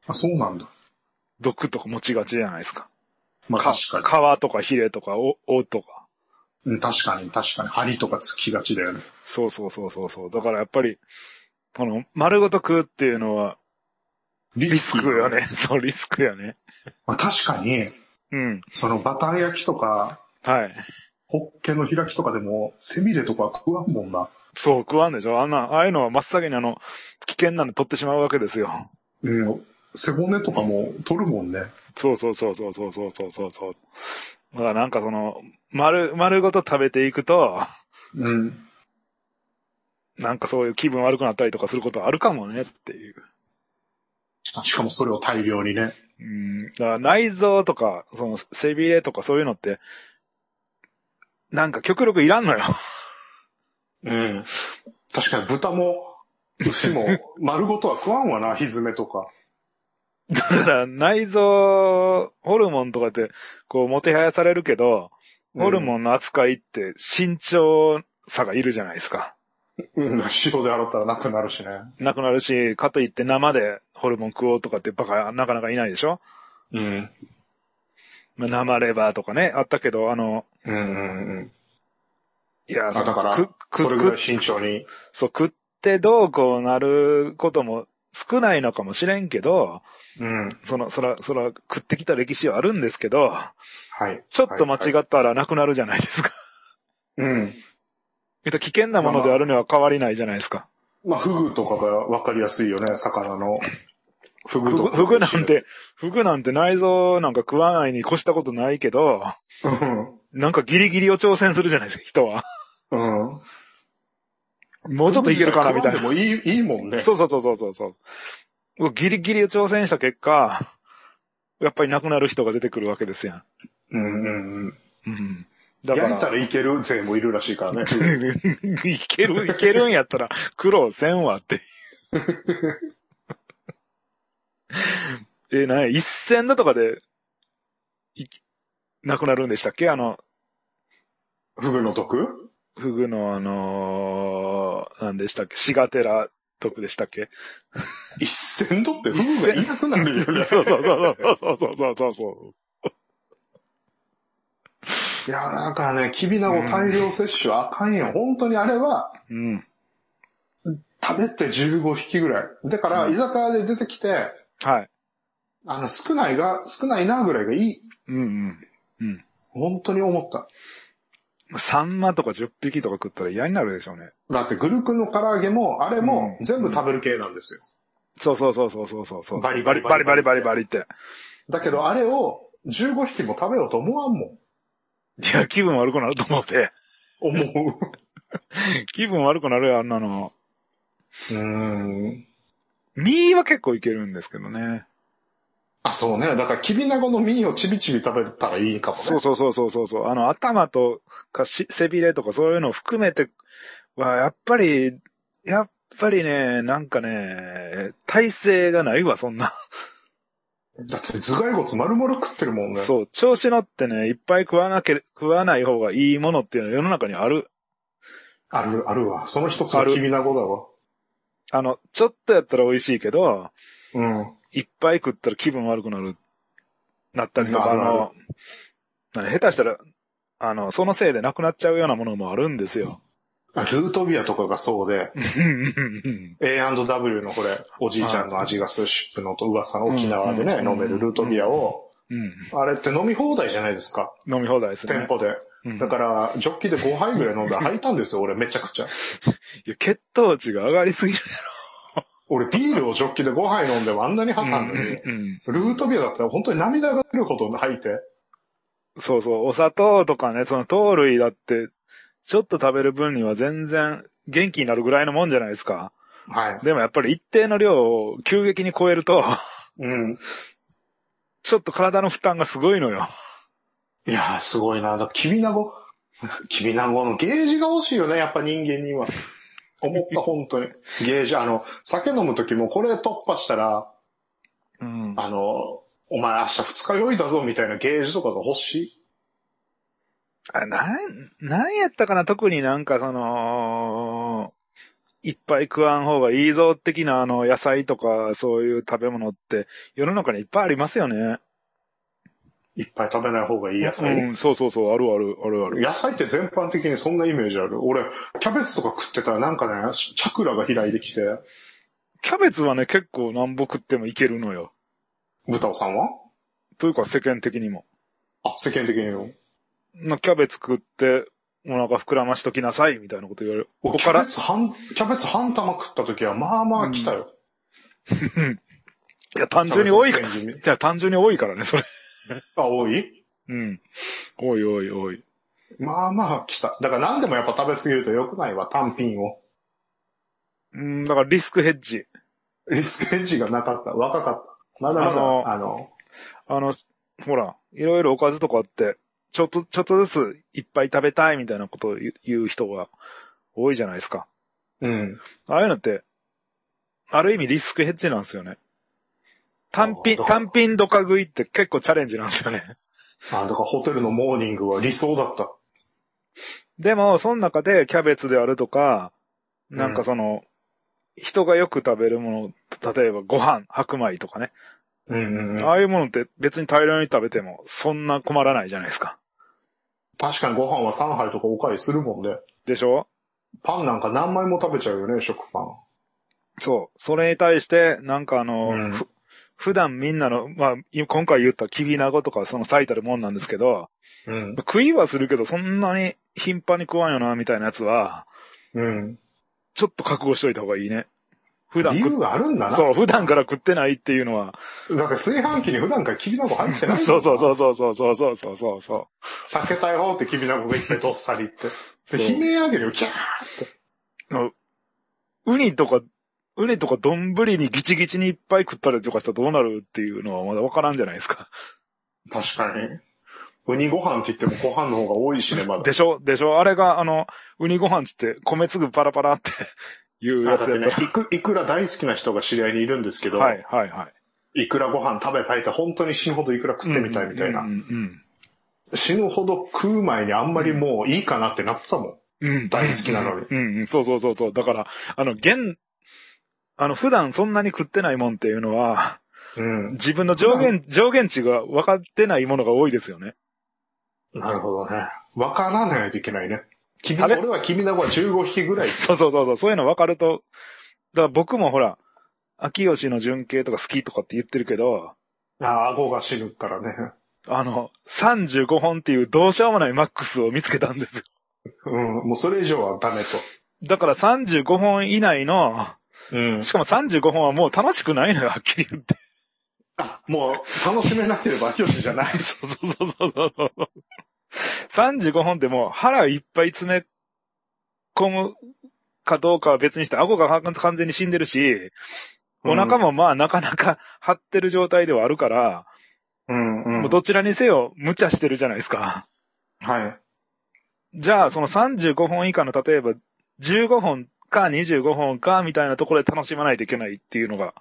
B: あ、そうなんだ。
A: 毒とか持ちがちじゃないですか。
B: まあ
A: か
B: 確かに。
A: 皮とかヒレとか、お、おとか。
B: うん、確かに、確かに。針とかつきがちだよね。
A: そうそうそうそうそう。だからやっぱり、この、丸ごと食うっていうのは、
B: リ
A: リスクよ。ね。そう、リスクよね。
B: まあ確かに、
A: うん。
B: そのバター焼きとか、
A: はい。
B: ホッケの開きとかでも、背びれとかは食わんもんな。
A: そう、食わんでしょあんな、ああいうのは真っ先にあの、危険なの取ってしまうわけですよ。
B: うん、背骨とかも取るもんね。
A: そうそうそうそうそうそうそうそうそう。だからなんかその、丸、丸ごと食べていくと、
B: うん。
A: なんかそういう気分悪くなったりとかすることあるかもねっていう。
B: しかもそれを大量にね。
A: うん。だから内臓とか、その、背びれとかそういうのって、なんか極力いらんのよ。
B: うん。確かに豚も、牛も、 丸ごとは食わんわな、ひずめとか。
A: だから内臓、ホルモンとかって、こう、もてはやされるけど、ホルモンの扱いって慎重さがいるじゃないですか。
B: うん、塩で洗ったらなくなるしね。
A: なくなるし、かといって生でホルモン食おうとかってバカ、なかなかいないでしょ
B: うん。
A: まあ生レバーとかね、あったけど、あの、
B: うんうんうん。
A: いや、
B: あだから
A: くく
B: それぐらい
A: く
B: 慎重に。
A: そう、食ってどうこうなることも少ないのかもしれんけど、
B: うん。
A: その、そら、そら、食ってきた歴史はあるんですけど、
B: はい。
A: ちょっと間
B: はいは
A: 違ったらなくなるじゃないですか。
B: いうん。
A: えっと、危険なものであるには変わりないじゃないですか。
B: まあ、フグとかがわかりやすいよね、魚の。フグ
A: フ
B: と
A: グ
B: か。
A: フグなん。て、フグなんて内臓なんか食わないに越したことないけど、
B: うん。
A: なんかギリギリを挑戦するじゃないですか、人は。
B: うん。
A: もうちょっといけるかな、みたい
B: 食
A: な。
B: わんでもいい、いいもんね。
A: そうそうそうそうそうそう。ギリギリを挑戦した結果、やっぱり亡くなる人が出てくるわけですや
B: うんうんうん。
A: ん。うん。だか
B: 焼いた
A: ら、
B: らいける税もいるらしいから ね。
A: いける、いけるんやったら苦労せんわって。え、なんや一戦だとかで、い亡くなるんでしたっけあの、
B: フグの毒
A: フグのあのー、何でしたっけシガテラ毒でしたっけ
B: 一銭取ってフ
A: 一
B: グが
A: 銭
B: いなくなるよ
A: そう
B: ね。
A: そうそうそうそうそうそうそうそ
B: いや、なんかね、キビナゴ大量摂取あかんよ。本当にあれは、
A: う。うん。
B: 食べて15匹ぐらい。だから、
A: うん
B: 居酒屋で出てきて、
A: はい。
B: あの、少ないが、少ないなぐらいがいい。
A: うんうん。
B: 本当に思った。
A: うん。サンマとか10匹とか食ったら嫌になるでしょうね。
B: だって、グルクンの唐揚げも、あれも
A: うん
B: 全部食べる系なんですよ。
A: そうそうそうそうそうそうそう。
B: バリ
A: バ
B: バ
A: リ
B: リ
A: バリバリバリバリって。
B: だけど、あれを15匹も食べようと思わんもん。
A: いや、気分悪くなると思って。
B: 思 う。
A: 気分悪くなるよ、あんなの。
B: うーん。
A: 身は結構いけるんですけどね。
B: あ、そうね。だから、キビナゴの身をちびちび食べたらいいかもね。
A: そうそうそうそうそうそう。あの、頭とかし、背びれとかそういうのを含めては、やっぱり、やっぱりね、なんかね、体勢がないわ、そんな。
B: だって、頭蓋骨丸々食ってるもんね。
A: そう、調子乗ってね、いっぱい食わなけれ、食わない方がいいものっていうのは世の中にある。
B: ある、あるわ。その一つ
A: あ
B: が
A: る
B: キビナゴだわ。
A: あの、ちょっとやったら美味しいけど、
B: うん。
A: いっぱい食ったら気分悪くなる、なったりとか、あ
B: なるなる
A: の、何下手したら、あの、そのせいでなくなっちゃうようなものもあるんですよ。
B: あルートビアとかがそうで、A&W のこれ、おじいちゃんの味がするシップのと噂の沖縄でね、
A: うん
B: 飲めるルートビアを、
A: うん。
B: あれって飲み放題じゃないですか。
A: 飲み放題ですね。
B: 店舗で。
A: うん
B: だから、ジョッキで5杯ぐらい飲んで吐いたんですよ、俺めちゃくちゃ。
A: いや血糖値が上がりすぎる。
B: 俺ビールをジョッキで5杯飲んでもあんなに吐かんのに、
A: うんうん
B: ルートビアだったら本当に涙が出るほど吐いて、
A: そうそう。お砂糖とかね、その糖類だって、ちょっと食べる分には全然元気になるぐらいのもんじゃないですか。
B: はい。
A: でもやっぱり一定の量を急激に超えると、
B: うん。
A: ちょっと体の負担がすごいのよ。
B: いやー、すごいな。だからきびなご、 きびなごのゲージが欲しいよね、やっぱ人間には。思った、本当に。ゲージ、あの、酒飲む時もこれ突破したら、
A: うん。
B: あの、お前明日二日酔いだぞみたいなゲージとかが欲しい。
A: あ、なん、なんやったかな特になんかその、いっぱい食わん方がいいぞ的なあの野菜とかそういう食べ物って世の中にいっぱいありますよね。
B: いっぱい食べない方がいい野菜。
A: うん、そうそうそう、あるある、あるある。
B: 野菜って全般的にそんなイメージある。俺、キャベツとか食ってたらなんかね、チャクラが開いてきて、
A: キャベツはね、結構南北ってもいけるのよ。
B: 豚尾さんは
A: というか世間的にも。
B: あ、世間的にも。
A: なキャベツ食ってお腹膨らましときなさい、みたいなこと言われる。こ
B: 俺
A: こ
B: キャ
A: か
B: ベ
A: ら、
B: ツ半、キャベツ半玉食った時は、まあまあ来たよ。
A: いや、単純に多いから。
B: キャベツの千切り
A: じゃあ単純に多いからね、それ。
B: あ、多い
A: うん。多い多い多い。
B: まあまあ来た。だから何でもやっぱ食べ過ぎると良くないわ、単品を。
A: うん、だからリスクヘッジ。
B: リスクヘッジがなかった。若かった。まだまだ、
A: あの
B: あの
A: あの、ほら、いろいろおかずとかって、ちょっと、ちょっとずついっぱい食べたいみたいなことを言う言う人が多いじゃないですか。
B: うん。
A: ああいうのって、ある意味リスクヘッジなんですよね。単品、
B: あーだから
A: 単品ドカ食いって結構チャレンジなんですよ ね。
B: あ、だからホテルのモーニングは理想だった。
A: でも、その中でキャベツであるとか、なんかその、人がよく食べるもの、例えばご飯、白米とかね。
B: うんうんうん。
A: ああいうものって別に大量に食べてもそんな困らないじゃないですか。
B: 確かにご飯は3杯とかおかわりするもんで。
A: でしょ
B: パンなんか何枚も食べちゃうよね、食パン。
A: そう。それに対して、なんかあの、
B: うん
A: ふ普段みんなの、まあ、い今回言ったキビナゴとかその最たるもんなんですけど、
B: うん。
A: 食いはするけどそんなに頻繁に食わんよな、みたいなやつは、
B: うん。
A: ちょっと覚悟しといた方がいいね。普段
B: 理
A: 食っ
B: 由があるんだな。
A: そう、普段から食ってないっていうのは、
B: だって炊飯器に普段からきびなご入ってない。。
A: そうそうそううそうそうそうそうそうそうそ
B: 避けたい方ってきびなごがいっぱいどっさりって。
A: そ
B: で、
A: う
B: 悲鳴上げるよ、キャー
A: う。ウニとか、ウニとか丼にギチギチにいっぱい食ったりとかしたらどうなるっていうのはまだわからんじゃないですか。
B: 確かに。ウニご飯って言ってもご飯の方が多いしね、まだ。
A: でしょでしょあれが、あの、ウニご飯つって、米粒パラパラって いう
B: あ
A: や
B: だ
A: つ
B: って
A: やっ
B: ね
A: た、
B: いく、いくら大好きな人が知り合いにいるんですけど、
A: ら。はい、はい、はい。
B: いくらご飯食べたいって本当に死ぬほどいくら食ってみたいみたいな。
A: うん、うん
B: 死ぬほど食う前にあんまりもういいかなってなってたもん。
A: うん。うん
B: 大好きなのに。
A: うん、うん、そうそうそうそう。だから、あの、現、あの、普段そんなに食ってないもんっていうのは、
B: うん。
A: 自分の上限、上限値が分かってないものが多いですよね。
B: なるほどね。わからないといけないね。君
A: 食べ
B: 俺は君の子は15匹ぐらい。
A: そうそうそうそう、そういうの分かると、だから僕もほら、秋吉の純系とか好きとかって言ってるけど、
B: ああ、顎が死ぬからね。
A: あの、35本っていうどうしようもないマックスを見つけたんですよ。
B: うん。もうそれ以上はダメと。
A: だから35本以内の、
B: うん
A: しかも35本はもう楽しくないのよ、はっきり言って。
B: あ、もう楽しめなければ秋吉じゃない。
A: そうそうそうそうそう。35本ってもう腹いっぱい詰め込むかどうかは別にして、顎が完全に死んでるし、お腹もまあなかなか張ってる状態ではあるから、
B: うんうん。
A: もうどちらにせよ無茶してるじゃないですか。
B: はい。
A: じゃあその35本以下の例えば15本か25本かみたいなところで楽しまないといけないっていうのが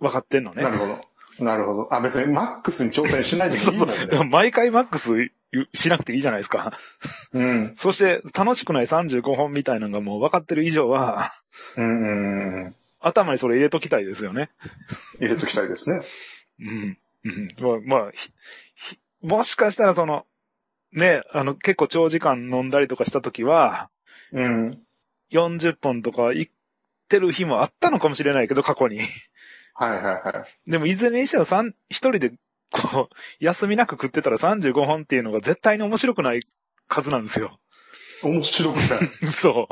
A: 分かってんのね
B: な。るほど。なるほど。あ、別にマックスに挑戦しないで
A: そ
B: も
A: う
B: いい も
A: そ
B: んね。
A: う。毎回マックスしなくていいじゃないですか。
B: うん。
A: そして、楽しくない35本みたいなのがもう分かってる以上は、
B: うんうんうん。
A: 頭にそれ入れときたいですよね。
B: 入れときたいですね。
A: うん。うん。まあ、まあひひもしかしたらその、ね、あの、結構長時間飲んだりとかした時は、
B: うん。
A: 40本とか行ってる日もあったのかもしれないけど、過去に。
B: はいはいはい。
A: でも、いずれにしても三一人で、こう、 休みなく食ってたら35本っていうのが絶対に面白くない数なんですよ。
B: 面白く ない。
A: 嘘。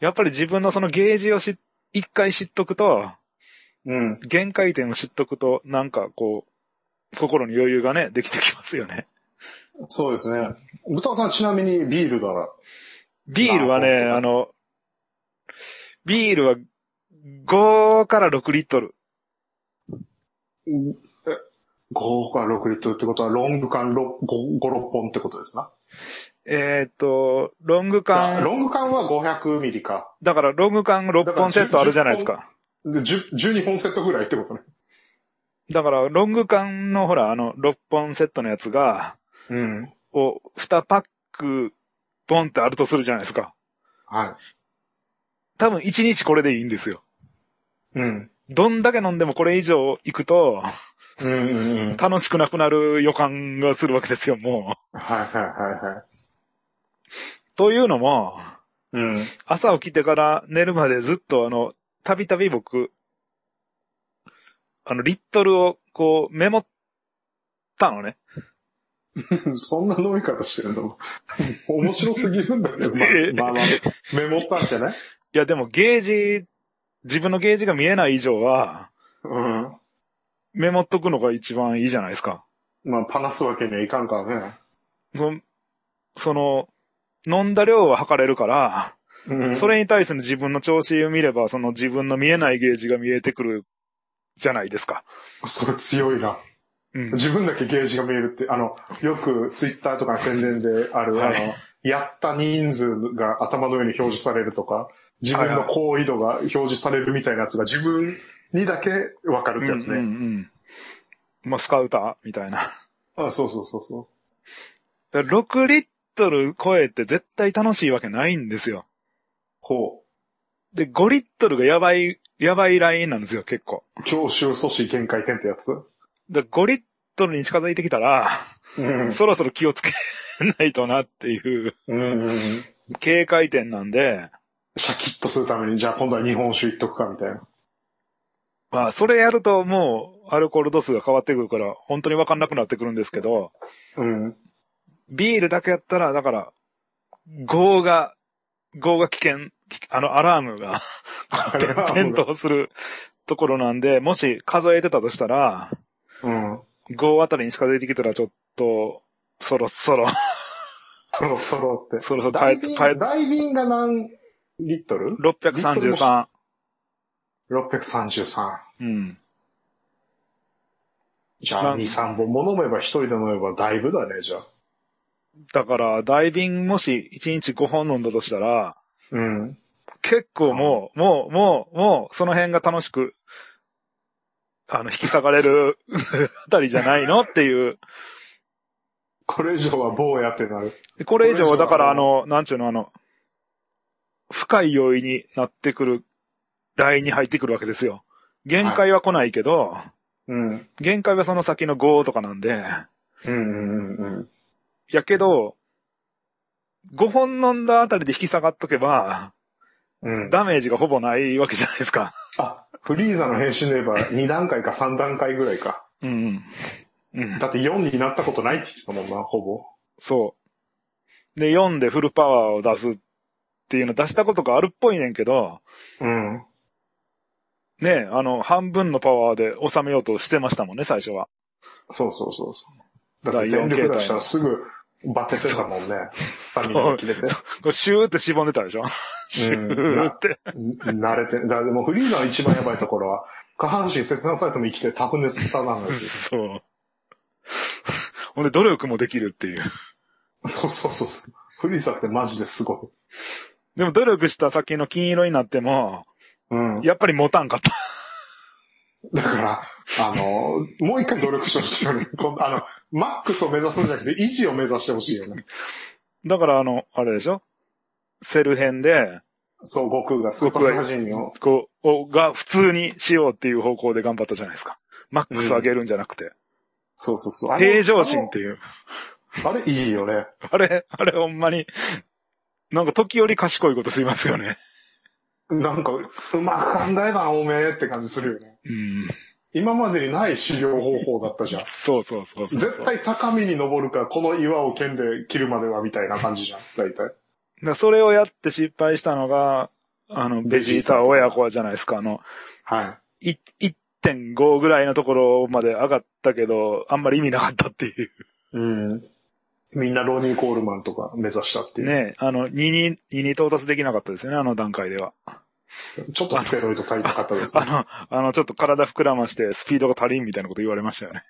A: やっぱり自分のそのゲージをし、一回知っとくと、
B: うん。
A: 限界点を知っとくと、なんかこう、心に余裕がね、できてきますよね。
B: そうですね。豚尾さんちなみにビールなら。
A: ビールはね、
B: まあ
A: あの、ビールは5から6リットル。
B: え5から6リットルってことは、ロング缶ろ5、5、6本ってことですな。
A: えーっ、と、ロング
B: あ
A: 缶、
B: ロング缶は500ミリか。
A: だからロング缶6本セットあるじゃないですか。
B: で、10 12本セットぐらいってことね。
A: だからロング缶のほら、あの、6本セットのやつが、
B: うん。
A: を2パック、ボンってあるとするじゃないですか。
B: は
A: 多分1日これでいいんですよ。
B: い。うん。
A: どんだけ飲んでもこれ以上いくと、
B: うんうんうん。
A: 楽しくなくなる予感がするわけですよ、も
B: はいはいはいはい。
A: う。というのも、
B: うん。
A: 朝起きてから寝るまでずっとあの、たびたび僕、あの、リットルをこう、メモったのね。
B: そん な飲み方してるの 面白すぎるんだけど、 まあ
A: ええ、
B: まあ、まあ、メモったんじゃない
A: いや、でもゲージ、自分のゲージが見えない以上は、
B: うん。
A: メモっとくのが一番いいじゃないですか。
B: まあ、パナすわけにはいかんからね。
A: その、その飲んだ量は測れるから、
B: うん
A: それに対する自分の調子を見れば、その自分の見えないゲージが見えてくるじゃないですか。
B: それ強いな。
A: うん。
B: 自分だけゲージが見えるって、あの、よくツイッターとかの宣伝である、
A: はい
B: あの、やった人数が頭の上に表示されるとか、自分の行為度が表示されるみたいなやつが自分にだけわかるってやつ
A: う
B: ね。
A: んうんうん。まあ、スカウターみたいな。
B: あ、そうそうそうそ
A: だから6リットル超えて絶対楽しいわけないんですよ。
B: う。ほ
A: で、5リットルがやばい、やばいラインなんですよ、結構。
B: う。教習阻止限界点ってやつ。
A: だから5リットルに近づいてきたら、
B: うん。
A: そろそろ気をつけないとなっていう
B: うんうん。
A: 警戒点なんで、
B: シャキッとするために、じゃあ今度は日本酒いっとくかみたいな。
A: まあ、それやるともうアルコール度数が変わってくるから、本当にわかんなくなってくるんですけど、
B: うん。
A: ビールだけやったら、だから、5が、5が危険、あの、アラームが。
B: あれは
A: 転倒するところなんで、もし数えてたとしたら、
B: うん。
A: 5あたりに近づいてきたらちょっと、そろそろ、
B: そろそろって。
A: そろそろ帰
B: 大
A: って、
B: 瓶
A: 帰って、
B: 大瓶が何リットル
A: 633。
B: ?633。
A: うん。
B: じゃ
A: な
B: あ、2、3本も飲めば、一人で飲めばだいぶだね、じゃあ。
A: だから、ダイビングもし1日5本飲んだとしたら、
B: うん。
A: 結構もう、もう、もう、もう、その辺が楽しく、あの、引き下がれる あたりじゃないのっていう。
B: これ以上は棒やってなる。
A: でこれ以上は、だからあ
B: これ以
A: の、なんちゅうの、あの、深い要因になってくる、ラインに入ってくるわけですよ。限界は来ないけど、
B: うん。
A: 限界はその先の5とかなんで、
B: うんうんうんうん。
A: やけど、5本飲んだあたりで引き下がっとけば、
B: うん。
A: ダメージがほぼないわけじゃないですか。
B: あ、フリーザの変身で言えば2段階か3段階ぐらいか。
A: うんうん。うん。
B: だって4になったことないって言ってたもんな、ほぼ。
A: そう。で、4でフルパワーを出すっていうの出したことがあるっぽいねんけど、
B: うん。
A: ねえ、あの、半分のパワーで収めようとしてましたもんね、最初は。
B: そうそうそうそう。だって全
A: 第四形
B: 力
A: 態
B: 出したらすぐバテてたもんね。スタミナ
A: そ
B: が
A: う
B: 切れて。
A: これシューってしぼんでたでしょシ
B: う ん
A: ューって。
B: 慣れてる。だからでもフリーザの一番やばいところは、下半身切断されても生きてタフネスさなんです
A: そう。ほんで、努力もできるっていう。
B: よ。そうそうそうそう。フリーザってマジですご
A: でも、努力した先の金色になっても、
B: い。うん。
A: やっぱり持たんかった。
B: だから、あの、もう一回努力してほしいよね。今度あの、マックスを目指すんじゃなくて維持を目指してほしいよね。
A: だから、あの、あれでしょセル編で、
B: そう、悟空がスーパーサイヤ人を。
A: こう、をが普通にしようっていう方向で頑張ったじゃないですか。マックス上げるんじゃなくて。
B: そうそうそう。あの
A: 平常心っていう。
B: あのあれいいよね。
A: あれ、あれほんまに、なんか時折賢いことすいますよね。
B: なんか、うまく考えたな、おめえって感じするよね。
A: うん。
B: 今までにない修行方法だったじゃん。
A: そうそうそうそうそう。
B: 絶対高みに登るか、この岩を剣で切るまではみたいな感じじゃん。大体。
A: だからそれをやって失敗したのが、あの、ベジータ親子じゃないですか。あの、
B: はい。
A: い1.5ぐらいのところまで上がったけど、あんまり意味なかったっていう。
B: うん。みんなロニー・コールマンとか目指したっていう。
A: ねあの、2に、2に到達できなかったですよね、あの段階では。
B: ちょっとステロイド足りなかった ですね。
A: あの、あの、ちょっと体膨らまして、スピードが足りんみたいなこと言われましたよね。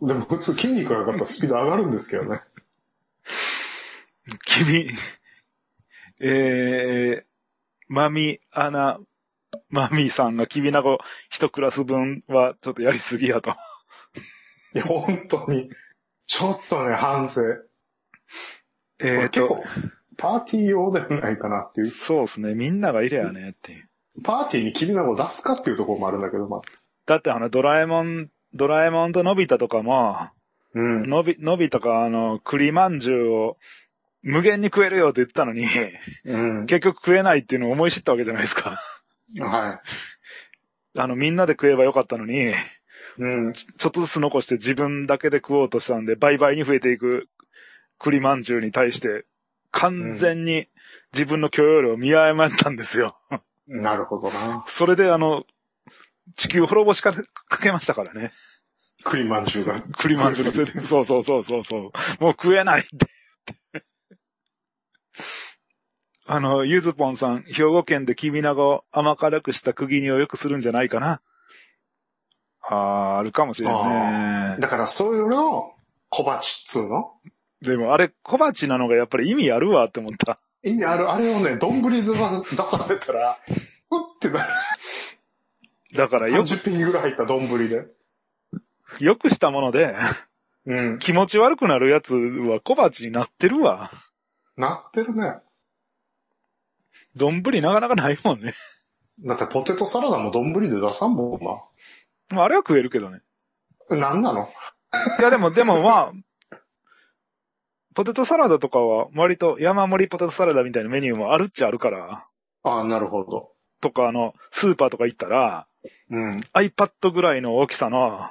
B: でも普通筋肉が上がったらスピード上がるんですけどね。
A: 君、えー、マミアナ、マミさんがキビナゴ一クラス分はちょっとやりすぎや と。
B: いや、本当に。ちょっとね、反省。
A: えー、と
B: 結構、、パーティー用ではないかなっていう。
A: そうですね、みんながいれやねっていう。
B: パーティーに君なを出すかっていうところもあるんだけど、まあ。
A: だってあの、ドラえもん、ドラえもんとのび太とかも、
B: うん。
A: のび、のび太があの、栗まんじゅうを無限に食えるよって言ったのに、
B: うん。
A: 結局食えないっていうのを思い知ったわけじゃないですか。
B: は
A: あの、みんなで食えばよかったのに、
B: い。うん。
A: ちょっとずつ残して自分だけで食おうとしたんで、倍々に増えていく栗まんじゅうに対して、完全に自分の許容量を見誤ったんですよ。
B: なるほどな。
A: それであの、地球滅ぼしかかけましたからね。
B: 栗まんじゅうが。
A: 栗まんじゅうのせいで。そうそうそうそうそう。もう食えないって言って。あの、ゆずぽんさん、兵庫県できびなごを甘辛くした釘煮をよくするんじゃないかな。あー、あるかもしれんね。
B: だから、そういうのを、小鉢っつうの
A: でもあれ、小鉢なのがやっぱり意味あるわって思った。
B: 意味ある、あれをね、丼で出さ出されたら、うってなる。
A: だからよ
B: 30匹ぐらい入った丼で。
A: く、よくしたもので、
B: うん。
A: 気持ち悪くなるやつは小鉢になってるわ。
B: なってるね。
A: 丼なかなかないもんね。
B: だってポテトサラダも丼で出さんもん
A: まああれは食えるけどね。
B: な。なんなの
A: いやでも、でもまあ、ポテトサラダとかは割と山盛りポテトサラダみたいなメニューもあるっちゃあるから、
B: ああ、なるほど。
A: とかあの、スーパーとか行ったら、
B: うん。
A: iPad ぐらいの大きさの、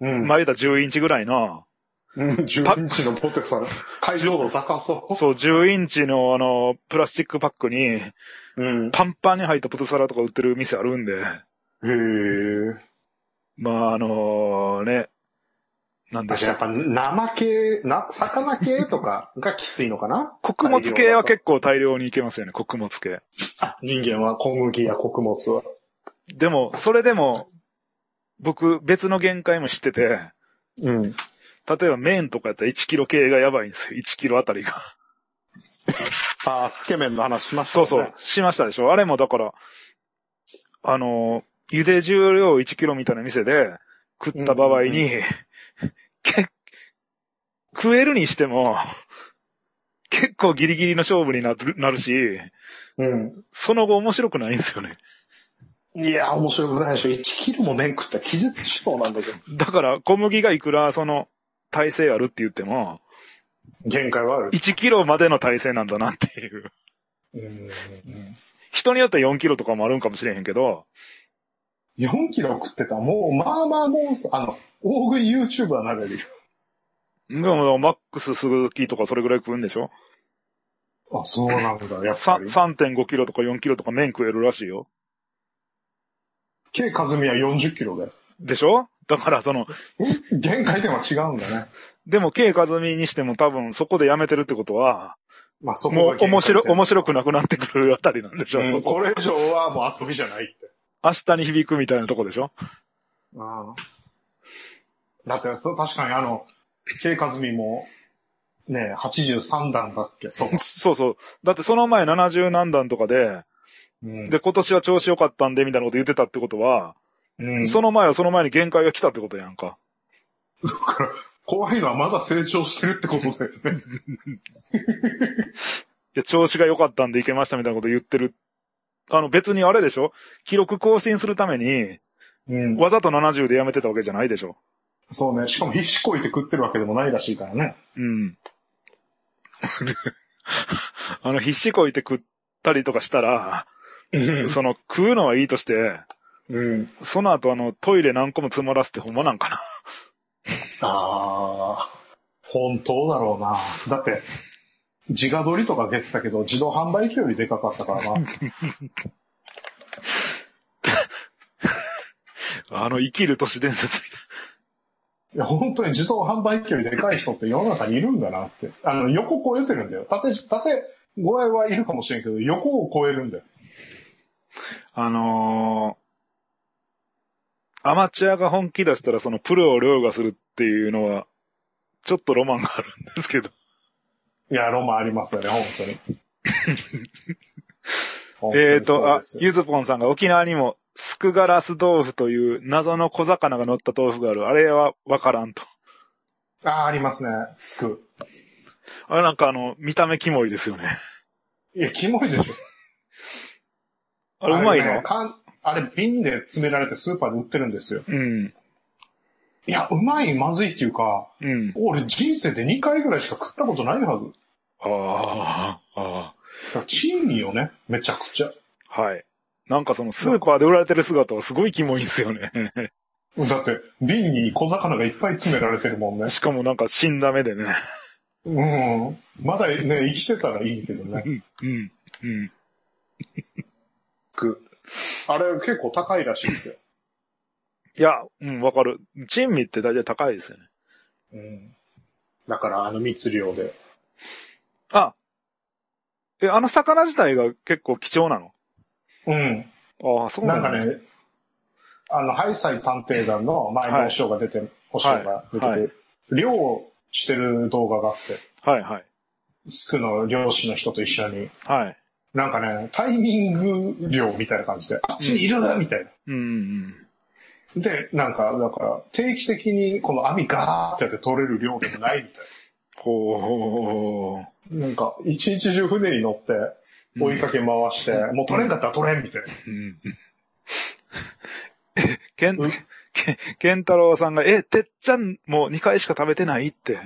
B: うん。
A: まあ言うたら10インチぐらいの、
B: うん、10インチのポテサラ。解像度高そ
A: そう、10インチのあの、プラスチックパックに、
B: う。うん。
A: パンパンに入ったポテサラとか売ってる店あるんで、
B: へ
A: まああのね、なんで
B: 私
A: し
B: や
A: ょ
B: っぱ生系、な、魚系とかがきついのかな
A: 穀物系は結構大量にいけますよね、穀物系。
B: あ、人間は小麦や穀物は。
A: でも、それでも、僕、別の限界も知ってて、
B: うん。
A: 例えば麺とかやったら1キロ系がやばいんですよ。1キロあたり が。
B: ああ、つけ麺の話しました
A: そ
B: ね。
A: うそう。。しましたでしょあれもだから、あの、茹で重量1キロみたいな店で食った場合に、け食えるにしても、結構ギリギリの勝負になるなるし、
B: う
A: その後面白くないんですよね。
B: ん。いや、面白くないでしょ。1キロも麺食ったら気絶しそうなんだけど。
A: だから小麦がいくらその体勢あるって言っても、
B: 限界はある。
A: 1キロまでの体勢なんだなっていう。
B: うん。
A: 人によっては4キロとかもあるんかもしれへんけど、
B: 4キロ食ってたらもう、まあまあモンスター、あの、大食い YouTuber になれるよ。
A: でも、マックス鈴木とかそれぐらい食うんでしょ
B: あ、そうなんだ、やっ
A: さ
B: ぱり。
A: ?3.5 キロとか4キロとか麺食えるらしいよ。
B: K カズミは40キロで。
A: でしょだからその、
B: 限界では違うんだね。
A: でも K カズミにしても多分そこでやめてるってことは、
B: まあそこ
A: も
B: が限
A: う
B: 界
A: 面白、
B: 点
A: 面白くなくなってくるあたりなんでしょ、
B: うんこれ以上はもう遊びじゃないって。
A: 明日に響くみたいなとこでし ょ
B: だってそう、確かにあの、K カズミも、ね、83段だっけそう。
A: そうそう。だってその前70何段とかで、
B: うん
A: で今年は調子良かったんでみたいなこと言ってたってことは、
B: うん、
A: その前はその前に限界が来たってことやんか。
B: 怖いのはまだ成長してるってことだよね。
A: いや、調子が良かったんでいけましたみたいなこと言ってる。あの別にあれでしょ記録更新するために、
B: うん
A: わざと70でやめてたわけじゃないでしょ
B: そうね。しかも必死こいて食ってるわけでもないらしいからね。
A: うん。 あの、必死こいて食ったりとかしたら、
B: うん
A: その、食うのはいいとして、
B: うん。
A: その後あの、トイレ何個も詰まらせてほんまなんかな。
B: ああ、本当だろうな。だって、自画撮りとか出てたけど、自動販売機よりでかかったから な。
A: あの、生きる都市伝説み
B: いや、本当に自動販売機よりでかい人って世の中にいるんだなって。あの、横超えてるんだよ。縦、縦、具合はいるかもしれんけど、横を超えるんだよ。
A: たいな。あのー、アマチュアが本気出したらそのプロを凌駕するっていうのは、ちょっとロマンがあるんですけど。
B: いや、ロマンありますよね、本 当に。 本当に
A: えーと、
B: そう
A: あ
B: です、よ
A: ゆずぽんさんが沖縄にも、スクガラス豆腐という謎の小魚が乗った豆腐がある。あれはわからんと。
B: あー、ありますね。すく。
A: あれなんかあの、見た目キモいですよね。
B: いや、キモいでしょ。
A: あれうまい
B: あ
A: の
B: ねかんあれ、瓶で詰められてスーパーで売ってるんですよ。
A: うん。
B: いや、うまい、まずいっていうか、
A: うん。
B: 俺人生で2回ぐらいしか食ったことないはず。だ
A: ああ、あ
B: からチーニーよね、めちゃくちゃ。
A: あ。はい。なんかそのスーパーで売られてる姿はすごいキモいんですよ ね。
B: だって、瓶に小魚がいっぱい詰められてるもんね。
A: しかもなんか死んだ目でね。
B: うん。まだね、生きてたらいいけどね。
A: うん。うん。
B: あれ結構高いらしいですよ。
A: いや、うん、わかる。珍味って大体高いですよね。
B: うん。だから、あの密漁で。
A: あえ、あの魚自体が結構貴重なの
B: うん。
A: ああ、そうな
B: なんん
A: だ
B: か。ね、あの、ハイサイ探偵団の前のお師匠が出てる、お師匠が出て
A: はいは
B: る、漁をしてる動画があって、
A: はいはい。
B: スクの漁師の人と一緒に、
A: はい。
B: なんかね、タイミング漁みたいな感じで、あっちにいるみたいな。
A: うんうん
B: で、なんか、だから、定期的にこの網ガーってやって取れる量でもないみたい
A: ほう。
B: な。なんか、一日中船に乗って、追いかけ回して、もう取れんかったら取れんみたいな。
A: うん。 えケン
B: うん、
A: ケンケンタロウさんが、え、てっちゃんもう2回しか食べてないって。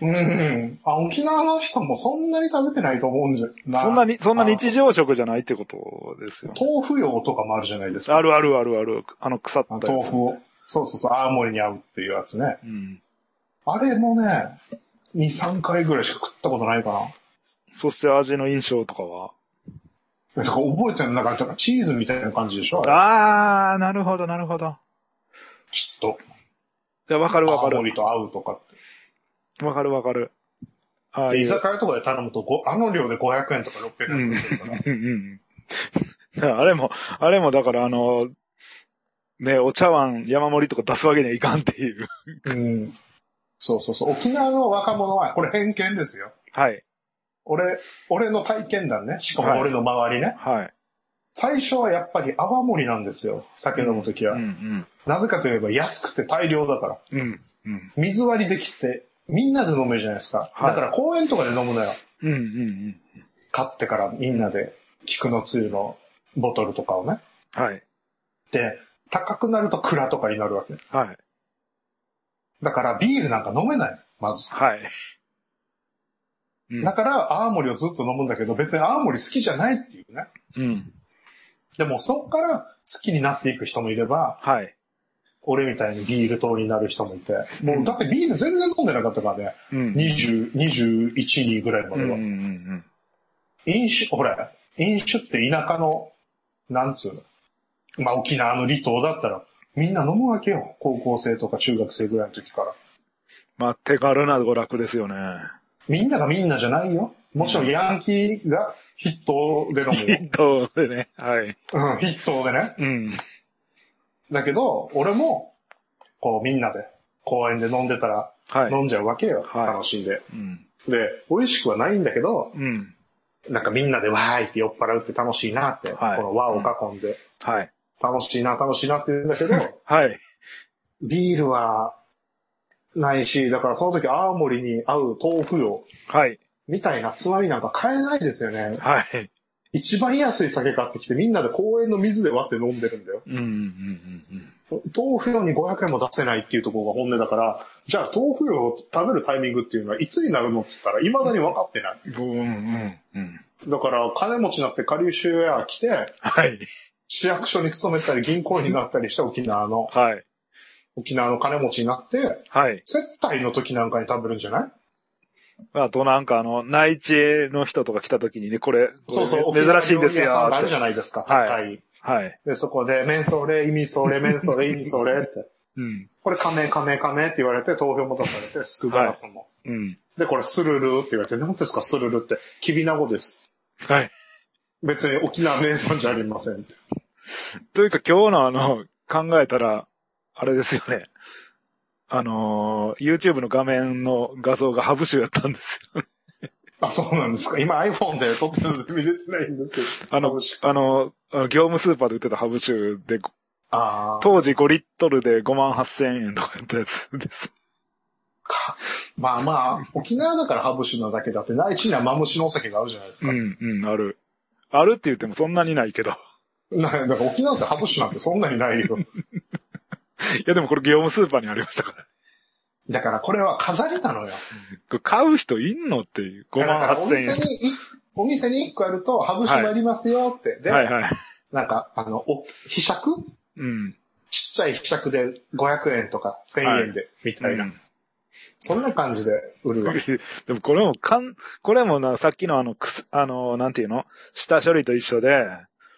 B: うん。あ、沖縄の人もそんなに食べてないと思うんじゃな
A: そんな
B: に
A: に、そんな日常食じゃないってことですよね。
B: 豆腐用とかもあるじゃないですか。
A: あるあるあるある。あの腐っ
B: あの
A: たや
B: 豆
A: つ。
B: 腐を。そうそうそう、青森に合うっていうやつね。
A: うん。
B: あれもね、2、3回ぐらいしか食ったことないかな。
A: そして味の印象とかは
B: なんか覚えてるのなんかチーズみたいな感じでしょあれ
A: あー、なるほど、なるほど。
B: きっと。
A: いや、わかるわ
B: 青
A: かる。
B: 森と合うとかって。
A: わかるわかる。ああ
B: で
A: い
B: 居
A: う。
B: 酒屋とかで頼むと、ごあの量で500円とか600円とかするから。
A: うんうん うん。あれも、あれもだからあの、ね、お茶碗山盛りとか出すわけにはいかんっていう。
B: うん。そうそうそう。沖縄の若者は、これ偏見ですよ。
A: はい。
B: 俺、俺の体験談ね。しかも俺の周りね。
A: はい。
B: 最初はやっぱり泡盛なんですよ。酒飲むときは、
A: うん
B: なぜかといえば安くて大量だから。
A: うん。うん。うん。
B: 水割りできて、みんなで飲めるじゃないですか。
A: はい
B: だから公園とかで飲むのよ。
A: うんうんうん。
B: 買ってからみんなで、菊のつゆのボトルとかをね。
A: はい。
B: で、高くなると蔵とかになるわけ。
A: はい。
B: だからビールなんか飲めない。まず。
A: はい。うん
B: だから、青森をずっと飲むんだけど、別に青森好きじゃないっていうね。
A: うん。
B: でも、そこから好きになっていく人もいれば、
A: はい。
B: 俺みたいにビール党になる人もいて、もうだってビール全然飲んでなかったからね、
A: うん。
B: 20、21、2ぐらいま
A: うん
B: で
A: うんう
B: は。
A: ん。
B: 飲酒、ほら、飲酒って田舎の、なんつうの。まあ、沖縄の離島だったら、みんな飲むわけよ。高校生とか中学生ぐらいの時から。
A: まあ、手軽な娯楽ですよね。
B: みんながみんなじゃないよ。もちろんヤンキーが筆頭で飲むよ。
A: どうでね。はい。
B: うん、筆頭でね。
A: うん。
B: だけど、俺も、こうみんなで、公園で飲んでたら、
A: はい。
B: 飲んじゃうわけよ。
A: はい
B: 楽しいで。
A: うん。
B: で、美味しくはないんだけど、
A: うん。
B: なんかみんなでわーいって酔っ払うって楽しいなって、
A: はい
B: この輪を囲んで、
A: はい。
B: 楽しいな、楽しいなって言うんだけど、
A: はい。
B: ビールは、ないし、だからその時青森に合う豆腐よ、
A: はい。
B: みたいなつまみなんか買えないですよね。
A: はい。
B: 一番安い酒買ってきてみんなで公園の水で割って飲んでるんだよ。
A: うんうんうんうん。
B: 豆腐用に500円も出せないっていうところが本音だから、じゃあ豆腐用を食べるタイミングっていうのはいつになるのって言ったら、未だに分かってない。
A: うん、うん、うん。
B: だから、金持ちになって下流州エア来て、
A: はい。
B: 市役所に勤めたり銀行員になったりして沖縄の、
A: はい。
B: 沖縄の金持ちになって、
A: はい。
B: 接待の時なんかに食べるんじゃない
A: あとなんかあの、内地の人とか来た時にね、これ、
B: そうそう、
A: これ珍しいんですよ
B: 沖縄の料理屋さんがあ
A: っ
B: るじ
A: て。
B: ゃないですか、
A: はい
B: 高い。
A: はい。
B: で、そこで、メンソーレ、イミソーレ、メンソーレ、イミソーレって。
A: うん。
B: これ、仮名、仮名、仮名って言われて、投票も出されて、スクガラスも。
A: うん。
B: で、これ、スルルって言われて、何ですか、スルルって。キビナゴです。
A: はい。
B: 別に沖縄名産じゃありません。
A: というか今日のあの、考えたら、あれですよね。あのー YouTube の画面の画像がハブ集やったんですよ。
B: あ、そうなんですか。今 iPhone で撮ってるので見れてないんですけど。
A: あの、あの、あの業務スーパーで売ってたハブ集で、
B: ああ。
A: 当時5リットルで5万8000円とかやったやつです。
B: まあまあ、沖縄だからハブシなだけだって、内地にはマムシのお酒があるじゃないです
A: う
B: か。
A: ん、うん、ある。あるって言ってもそんなにないけど。
B: なだから沖縄ってハブシなんてそんなにないよ。
A: いやでもこれ業務スーパーにありましたから。
B: だからこれは飾りなのよ。
A: これ買う人いんのっていう。5
B: だか
A: 万
B: らお
A: 8000
B: 店
A: 円。
B: に一、お店に一個やると、ハブシもありますよって。で、
A: はいはい。
B: なんか、あの、お、ひしゃく
A: うん。
B: ちっちゃいひしゃくで500円とか1000円で、みたいな。そんな感じで売るわ。
A: でもこれもかん、これもな、さっきのあの、くす、あの、なんていうの下処理と一緒で、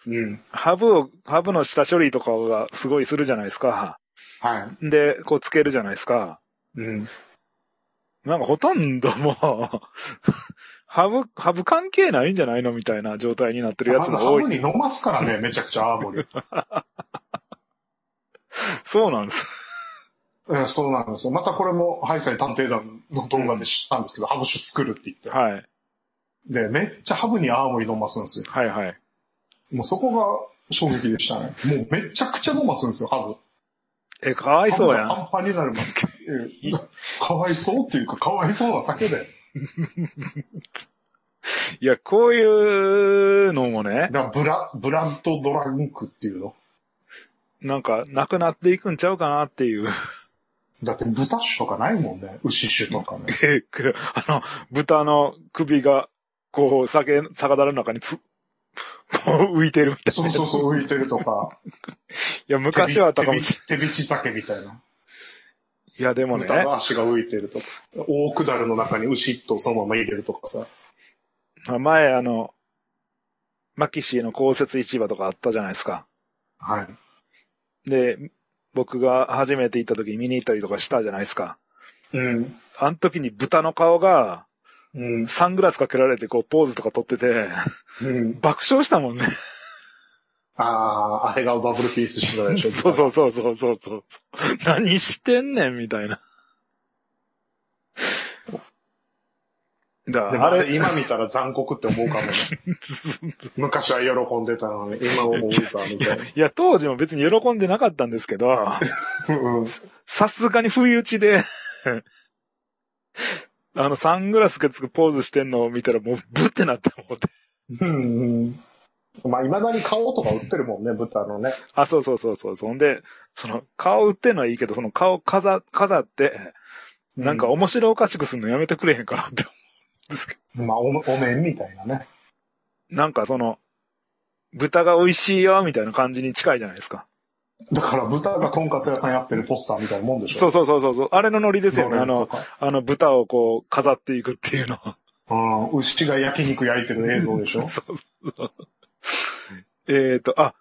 B: うん。
A: ハブを、ハブの下処理とかがすごいするじゃないですか。
B: は
A: で、こうつけるじゃないですか。
B: い。うん。
A: なんかほとんどもう、 ハブ、ハブ関係ないんじゃないのみたいな状態になってるや
B: ま
A: つ
B: ず
A: が
B: ハ
A: 多い
B: ブ。に飲ますから ね、めちゃくちゃ青森。
A: そうなんです。
B: うん、そうなんですよ。またこれも、ハイサイ探偵団の動画で知ったんですけど、ハブ酒作るって言って。
A: はい。
B: で、めっちゃハブに青森飲ますんですよ。
A: はいはい。
B: もうそこが衝撃でしたね。もうめちゃくちゃ飲ますんですよ、ハブ。
A: え、かわいそうや
B: ハブ
A: ん。
B: がパンパンになるまで。 うんかわいそうっていうか、かわいそうな酒で。
A: いや、こういうのもね、
B: だからブラ、ブラッドドランクっていうの。
A: なんか、なくなっていくんちゃうかなっていう。
B: だって豚酒とかないもんね。牛酒とかね。
A: で、くあの、豚の首が、こう、酒、酒樽の中につ、こう浮いてるみたいな。
B: そうそうそう、浮いてるとか。
A: いや、昔はあったかもしれ
B: 手び手びち酒みたいな。
A: ない。いや、でも
B: 豚
A: ね、
B: の足が浮いてるとか。大下るの中に牛一頭そのまま入れるとかさ。
A: 前あの、マキシーの公設市場とかあったじゃないですか。
B: はい。
A: で、僕が初めて行った時に見に行ったりとかしたじゃないですか。
B: うん。
A: あの時に豚の顔が、
B: うん。
A: サングラスかけられてこうポーズとか撮ってて、
B: うん。
A: 爆笑したもんね。
B: ああ、あれがダブルピースしてた でしょ。
A: そうそうそうそうそうそう。何してんねんみたいな。だか
B: で
A: ら、
B: もあ
A: あ れ、
B: れ、今見たら残酷って思うかも ね。昔は喜んでたのに、今思うか、みたい
A: いや、当時も別に喜んでなかったんですけど、
B: な。うん
A: さすがに不意打ちで、 あの、サングラスがつくポーズしてんのを見たらもうブってなって思って。
B: うん。うん。まあ、未だに顔とか売ってるもんね、豚のね。
A: あ、そうそうそうそう。そんで、その、顔売ってんのはいいけど、その顔飾、飾って、なんか
B: う
A: 面白おかしくするのやめてくれへんかなって思うんですけど。
B: まあ、お、お面みたいなね。
A: なんかその、豚が美味しいよ、みたいな感じに近いじゃないですか。
B: だから、豚がとんかつ屋さんやってるポスターみたいなもんでし
A: そ
B: ょ。
A: うそうそうそうそう。あれのノリですよね。
B: ロ
A: あ
B: ーレン
A: の、
B: とか
A: あの豚をこう飾っていくっていうの。
B: うん。牛が焼肉焼いてる映像でしょ。
A: そうそうそう。えっと、あ、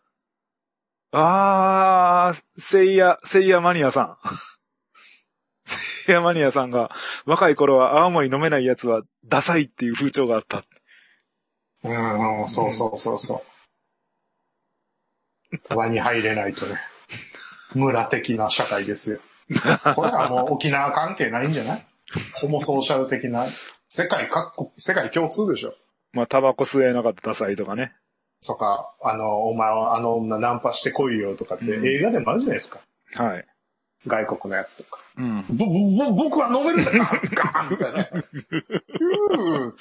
A: あー、せいや、せいやマニアさん。 せいやマニアさんが、若い頃は青森飲めないやつはダサいっていう風潮があった。
B: うん、うんそうそうそうそう。輪に入れないとね。村的な社会ですよ。これはもう沖縄関係ないんじゃないホモソーシャル的な。世界各国、世界共通でしょ。
A: まあ、タバコ吸えなかったダサいとかね。
B: とか、あの、お前はあの女ナンパしてこいよとかって
A: うん
B: 映画でもあるじゃないですか。
A: はい。
B: 外国のやつとか。
A: うん。
B: ぼ、ぼ、ぼ、僕は飲めるんだガンガンみたいな。うーって。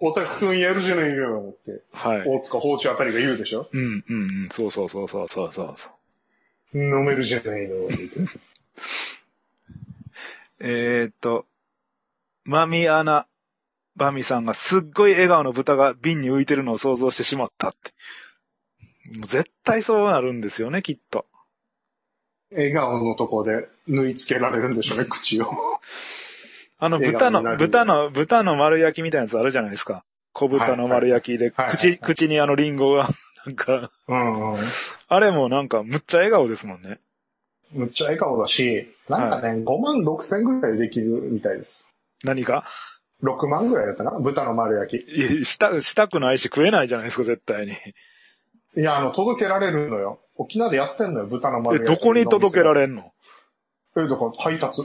B: おたく君やるじゃないよって。
A: はい。
B: 大塚包丁あたりが言うでしょ。
A: うんうんうん。そうそうそうそうそうそうそう。
B: 飲めるじゃないの。みたいな
A: えーっと、マミアナ、バミさんがすっごい笑顔の豚が瓶に浮いてるのを想像してしまったって。もう絶対そうなるんですよね、きっと。
B: 笑顔のとこで縫い付けられるんでしょうね、口を。
A: あの
B: 笑
A: 豚
B: 顔にな
A: の、
B: る
A: 豚の、豚の丸焼きみたいなやつあるじゃないですか。小豚の丸焼きで、
B: はいはいはい
A: 口、口にあのリンゴが、なんか、
B: うんうん。
A: あれもなんかむっちゃ笑顔ですもんね。
B: むっちゃ笑顔だし、なんかね、5万6千ぐらいできるみたいです。
A: 何か
B: 6万ぐらいだったかな豚の丸焼
A: いやした、したくないし食えないじゃないですか、絶対に。
B: き。いや、あの、届けられるのよ。沖縄でやってんのよ、豚の
A: え、
B: 丸焼き。
A: どこに届けられんの
B: れるだから配達。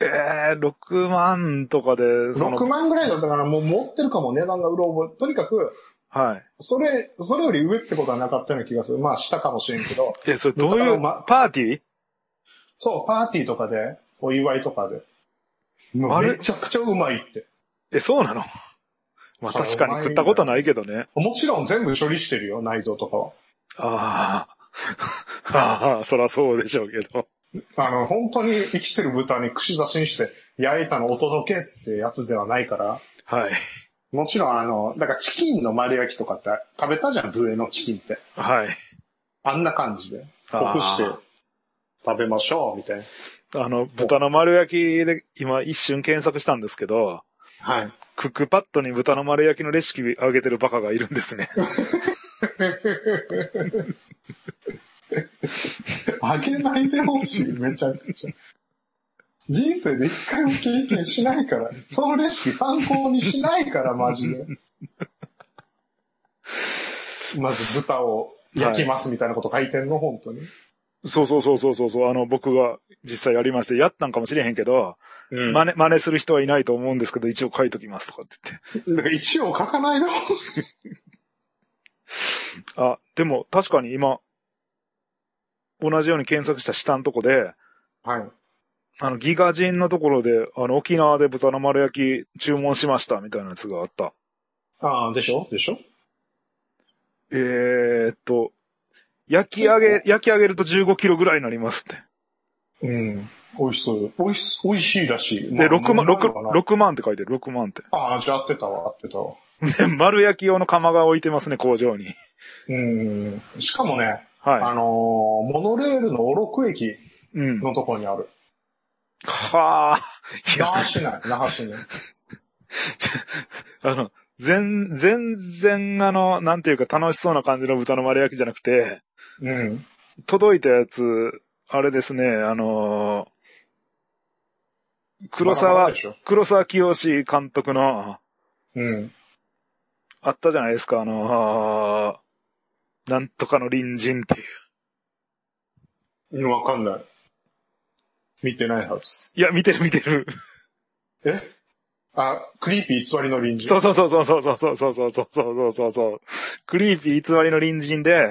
A: えー、6万とかで、その
B: 6、万ぐらいだったから、もう持ってるかも、値段がうろ覚え。とにかく、
A: はい。
B: それ、それより上ってことはなかったような気がする。まあ、下かもしれんけど、
A: え、それどうい
B: だから
A: う、
B: ま
A: パーティー
B: そう、パーティーとかで、お祝いとかで。もう
A: 丸
B: めちゃくちゃうまいって。
A: え、 そうなのまあ
B: そう
A: 確かに食ったことないけどね。
B: もちろん全部処理してるよ、内臓とかは。
A: ああ。ああ、そらそうでしょうけど。
B: あの、本当に生きてる豚に串刺しにして焼いたのお届けってやつではないから、
A: はい。
B: もちろんあの、だからチキンの丸焼きとかって食べたじゃん、ブエのチキンって。
A: はい。
B: あんな感じで。
A: あー
B: ほぐして食べましょう、みたいな。
A: あの、豚の丸焼きで今一瞬検索したんですけど、
B: はい。
A: クックパッドに豚の丸焼きのレシピ上げてるバカがいるんですね。
B: あげないでほしい、めちゃくちゃ。人生で一回も経験しないから、そのレシピ参考にしないから、マジで。まず豚を焼きますみたいなこと書いてんの、本当に。
A: そうそうそうそうそうそう、あの、僕が実際やりまして、やったんかもしれへんけど、
B: うん
A: 真似、真似する人はいないと思うんですけど、一応書いときますとかって言って。
B: だから一応書かないの
A: あ、でも確かに今、同じように検索した下のとこで、
B: はい。
A: あの、ギガ人のところで、あの、沖縄で豚の丸焼き注文しましたみたいなやつがあった。
B: ああ、でしょでしょ
A: えー、っと、焼き上げ、焼き上げると15キロぐらいになりますって。
B: うん。美味しそう。美味し、美味しいらしい。ま
A: で、
B: あ
A: 6万、
B: 何なのかな
A: 6、6万って書いてる、6万って。
B: ああ、じゃあ合ってたわ、合ってたわ。
A: で、丸焼き用の釜が置いてますね、工場に。
B: うん。しかもね、
A: は
B: あのーモノレールの小六駅
A: い。うん。
B: のとこにある。
A: はあ。い
B: 那
A: や、
B: 覇市内、那覇市内。
A: あの、全、全然あの、なんていうか楽しそうな感じの豚の丸焼きじゃなくて、
B: うん。
A: 届いたやつ、あれですね、あのー黒
B: バラバラ
A: 沢
B: で、しょ
A: 黒沢清監督の、
B: うん。
A: あったじゃないですか、あのーなんとかの隣人っていう。
B: うんわかんない。見てないはず。
A: いや、見てる見てる。
B: えあ、クリーピー偽りの隣人。
A: そうそうそうそうそうそうそうそうそうそうそうそう。クリーピー偽りの隣人で、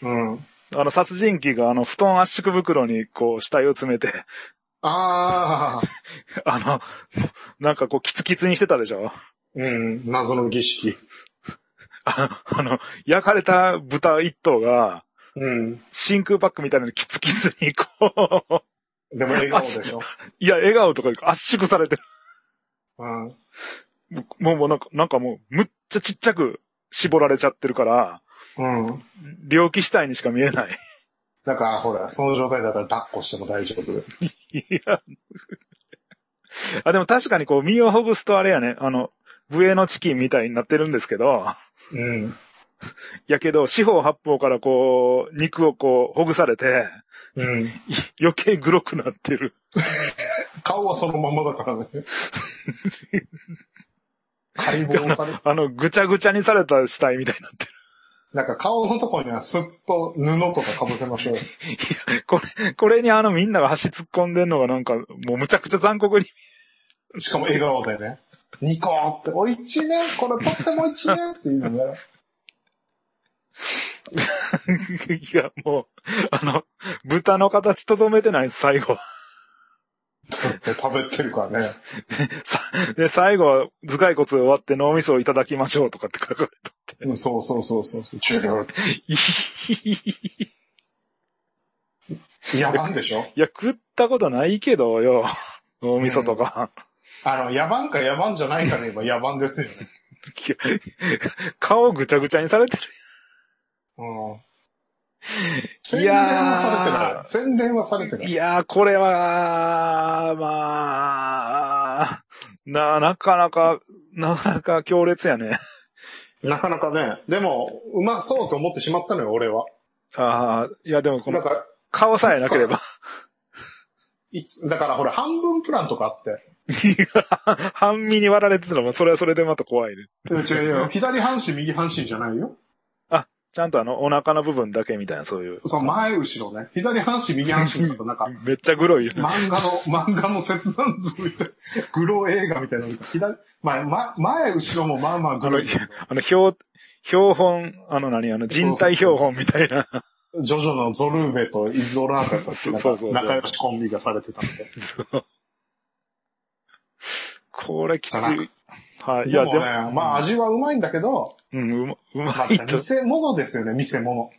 B: うん。
A: あの、殺人鬼があの、布団圧縮袋にこう、死体を詰めて、
B: ああ、
A: あの、なんかこう、キツキツにしてたでしょ
B: うん。謎の儀式。
A: ああの、焼かれた豚一頭が、
B: うん。
A: 真空パックみたいなのにキツキツにこう、
B: でも笑顔でしょ。
A: いや、笑顔とか圧縮されて
B: うん。
A: る。もうもうなんか、なんかもう、むっちゃちっちゃく絞られちゃってるから、
B: うん。
A: 猟奇死体にしか見えない。
B: だから、ほら、その状態だったら抱っこしても大丈夫です。
A: いや。あ、でも確かにこう、身をほぐすとあれやね、あの、笛のチキンみたいになってるんですけど、
B: うん。
A: やけど、四方八方からこう、肉をこう、ほぐされて、
B: うん。
A: い余計グロくなってる。
B: 顔はそのままだ からね。解剖され、
A: あの、ぐちゃぐちゃにされた死体みたいになって
B: なんか顔のとこにはすっと布とか被せましょうよ。
A: る。これ、これにあのみんなが箸突っ込んでんのがなんか、もうむちゃくちゃ残酷に。
B: しかも笑顔でね。ニコーって、おいちいね、これとってもおいちいねって言うのね。
A: いや、もう、あの、豚の形とどめてないです、最後。
B: 食べてるからね。
A: さで、最後は頭蓋骨を割って脳みそをいただきましょうとかって書かれた。
B: うんそうそうそうそうそう。終了。野蛮でしょ
A: いや、食ったことないけどよ。脳みそとか。
B: あの、野蛮か野蛮じゃないかで言えば野蛮ですよね。
A: 顔ぐちゃぐちゃにされてる。
B: うん。
A: い
B: 洗練
A: やー
B: はされてない。洗練はされてないい。
A: やー、これは、まあ、な、なかなか、なかなか強烈やね。
B: なかなかね、でも、うまそうと思ってしまったのよ、俺は。
A: ああ、いや、でもこ
B: だ
A: の
B: から、
A: 顔さえなければ。
B: いつ、だからほら、半分プランとかあって。
A: 半身に割られてたら、まあそれはそれでまた怖いね。
B: 違うよ。左半身、右半身じゃないよ。
A: ちゃんとあの、お腹の部分だけみたいな、そういう。
B: そう、前、後ろね。左半身、右半身だとなんか、
A: めっちゃグロいよね。
B: 漫画の、漫画の切断図みたいな、グロー映画みたいなのが左、前、前、前後ろもまあまあグロい。
A: あの、標、標本、あの何、あの、人体標本みたいな。
B: ジョジョのゾルーベとイゾラーベと
A: そうそうそう
B: なんか仲良しコンビがされてたんで。
A: そう。これきつい
B: じゃな。
A: はい。い
B: いや、
A: や、
B: で
A: で
B: もね
A: も、、
B: まあ味はうまいんだけど、
A: うん、うま、う
B: まあ、
A: まいと
B: 見。せ物ですよね、見せ物。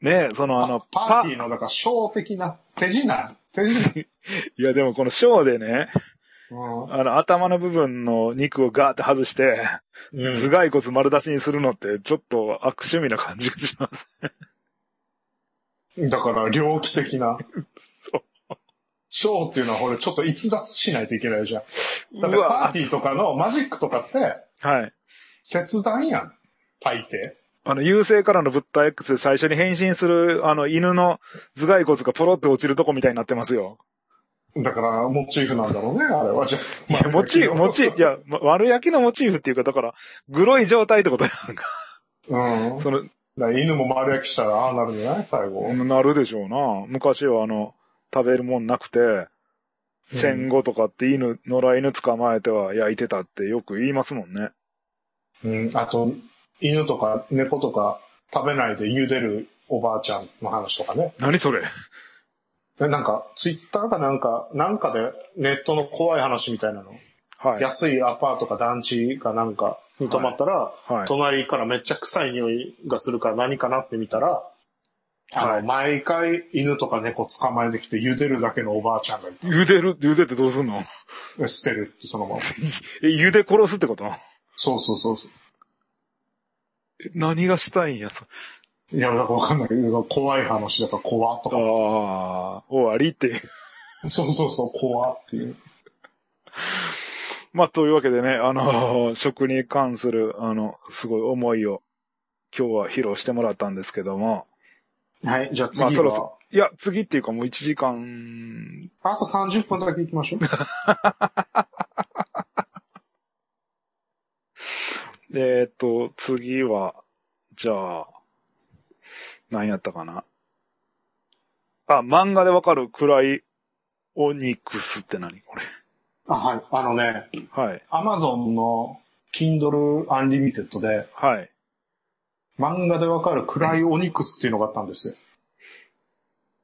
A: ねそのあの、
B: パーティーの、だから、ショー的な、手品、手 品。
A: いや、でもこのショーでね、
B: うん
A: あの、頭の部分の肉をガーって外して、頭蓋骨丸出しにするのって、ちょっと悪趣味な感じがします。
B: だから、猟奇的な。
A: そ
B: ショーっていうのは、ほら、ちょっと逸脱しないといけないじゃ
A: う。
B: ん。だって、
A: う
B: パー
A: わ
B: ティーとかのマジックとかって、
A: はい。
B: 切断やん。大抵。
A: あの、優勢からの物体 X で最初に変身する、あの、犬の頭蓋骨がポロって落ちるとこみたいになってます よ。
B: だから、モチーフなんだろうね、あれは。じゃ
A: いや、モチーフ、モチーフ、いや、ま悪焼きのモチーフっていうか、だから、グロい状態ってことやんか。
B: うん。だ
A: その、
B: から犬も丸焼きしたら、ああなるんじゃない最後。
A: なるでしょうな。昔はあの、食べるもんなくて、戦後とかって犬、野良犬捕まえては焼いてたってよく言いますもんね。
B: うん。あと、犬とか猫とか食べないで茹でるおばあちゃんの話とかね。
A: 何それ
B: でなんか、ツイッターかなんか、なんかで、ネットの怖い話みたいなの。
A: はい。
B: 安いアパートか団地かなんかに泊まったら、
A: はい。
B: 隣からめっちゃ臭い匂いがするから何かなって見たら、あの、
A: はい
B: 毎回犬とか猫捕まえてきて茹でるだけのおばあちゃんがい
A: 茹でる、茹でてどうすんの
B: て捨てるってそのまま。
A: え、茹で殺すってこと
B: そうそうそうそう。
A: え何がしたいんや、そ
B: いや、だからわかんないけど、怖い話だから怖っと
A: ああ
B: か。、
A: 終わりっていう。
B: そうそうそう、怖っていう。
A: まあ、というわけでね、あのー食に関する、あの、すごい思いを、今日は披露してもらったんですけども。
B: はい、じゃあ次
A: ま
B: は、
A: あ、そろそろ。いや、次っていうかもう1時間、
B: あと30分だけ行きましょう。
A: えーっと、次は、じゃあ、何やったかな。あ、漫画でわかる暗いオニクスって何こ
B: あはい、あのね、
A: れ。はい。
B: アマゾンの Kindle Unlimited で、
A: はい。
B: 漫画でわかる暗いオニクスっていうのがあったんですよ。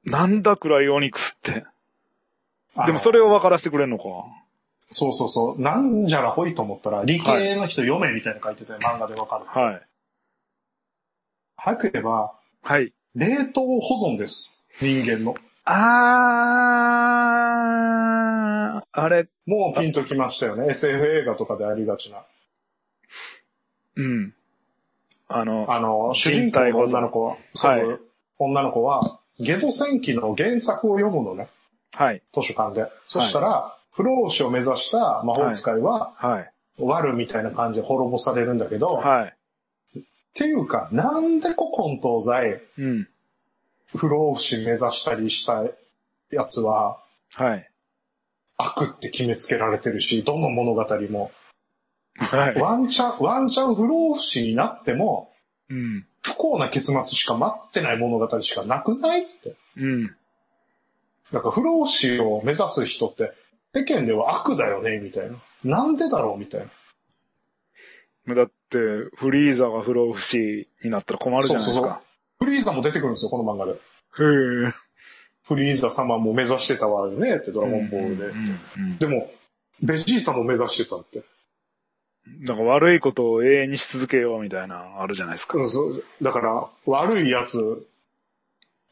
A: なんだ暗いオニクスって。
B: あの
A: でもそれを分からせてくれんのか。
B: そうそうそう。なんじゃらほいと思ったら、理系の人読めみたいなの書いてて、漫画でわかる。
A: はい。
B: 早ければ、
A: はい。
B: 冷凍保存です。人間の。
A: あー、あれ、
B: もうピンときましたよね。SF 映画とかでありがちな。
A: うん。あの、
B: あの、主人
A: 人
B: 公
A: 体
B: の
A: 保存
B: 女の子は、そう、
A: はい
B: 女の子は、ゲド戦記の原作を読むのね。
A: はい、
B: 図書館で。そしたら、不老不死を目指した魔法使いは、
A: はい、
B: ワルみたいな感じで滅ぼされるんだけど、
A: はい。
B: っていうか、なんで古今東西、
A: うん、
B: 不老不死目指したりしたやつは、
A: はい、
B: 悪って決めつけられてるし、どの物語も、
A: はい。
B: ワンチャン、ワンチャン不老不死になっても、
A: うん、
B: 不幸な結末しか待ってない物語しかなくないって。
A: うん。
B: なんか不老不死を目指す人って、世間では悪だよね、みたいな。なんでだろう、みたいな。
A: だって、フリーザが不老不死になったら困るじゃないですか。
B: フリーザも出てくるんですよ、この漫画で。
A: へえ。
B: フリーザ様も目指してたわよねってドラゴンボールで。
A: うんうん
B: でも、ベジータも目指してたって。
A: うんなんか悪いことを永遠にし続けようみたいな、あるじゃないですか。
B: うんそうだから、悪いやつ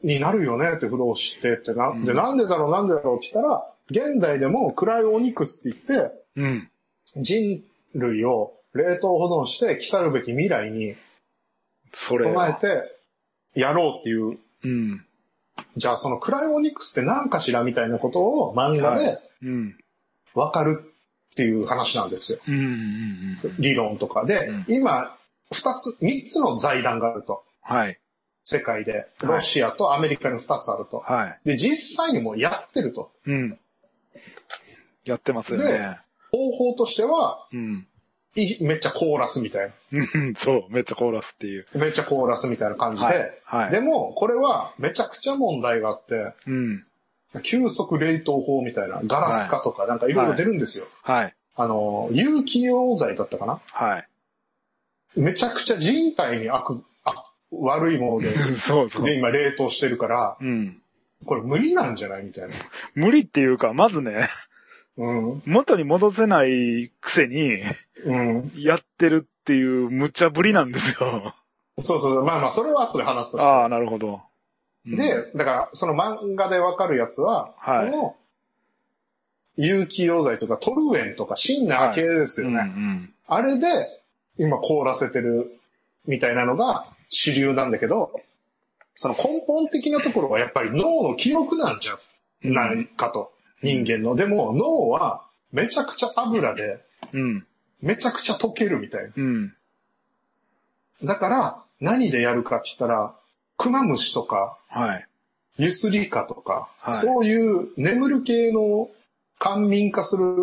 B: になるよねって苦労してってな。
A: うん
B: で、なんでだろうなんでだろうって言ったら、現代でもクライオニクスって言って、
A: うん。
B: 人類を冷凍保存して来たるべき未来に
A: それ。
B: 備えてやろうっていう。
A: うん。
B: じゃあそのクライオニクスって何かしらみたいなことを漫画
A: は
B: で
A: うん。
B: わかるっていう話なんですよ。
A: うん。うん。うん。
B: 理論とかで、
A: うん
B: 今、二つ、三つの財団があると。
A: はい。
B: 世界で。
A: はい
B: ロシアとアメリカに二つあると。
A: はい。
B: で、実際にもうやってると。
A: うん。やってますよね
B: で。方法としては、
A: うん。
B: いめっちゃコーラスみたい
A: うんそう。めっちゃコーラスっていう。
B: な。めっちゃコーラスみたいな感じで。
A: はい。は
B: で
A: い。
B: も、これはめちゃくちゃ問題があって、
A: うん。
B: 急速冷凍法みたいな、ガラス化とかなんかいろいろ出るんですよ。
A: はい。
B: あの、有機溶剤だったかな
A: はい。、
B: めちゃくちゃ人体に悪、あ悪いもので
A: そうそう。
B: で今冷凍してるから、
A: うん。
B: これ無理なんじゃないみたいな。
A: 無理っていうか、まずね、
B: うん。
A: 元に戻せないくせに、
B: うん。
A: やってるっていう無茶ぶりなんです よ。
B: そうそうそう。まあまあ、それは後で話すとして
A: ああ、なるほど。うん、
B: で、だから、その漫画でわかるやつは、
A: はい
B: この、有機溶剤とかトルエンとかシンナー系です
A: う
B: よ
A: ん、
B: ね。
A: うん。
B: あれで、今凍らせてるみたいなのが主流なんだけど、その根本的なところはやっぱり脳の記憶なんじゃないかと。人間の。でも脳はめちゃくちゃ油で、
A: うん、
B: めちゃくちゃ溶けるみたい
A: うん。
B: な。だから、何でやるかって言ったら、クマムシとか、
A: はい。
B: ゆすりかとか、
A: はい
B: そういう眠る系の官民化する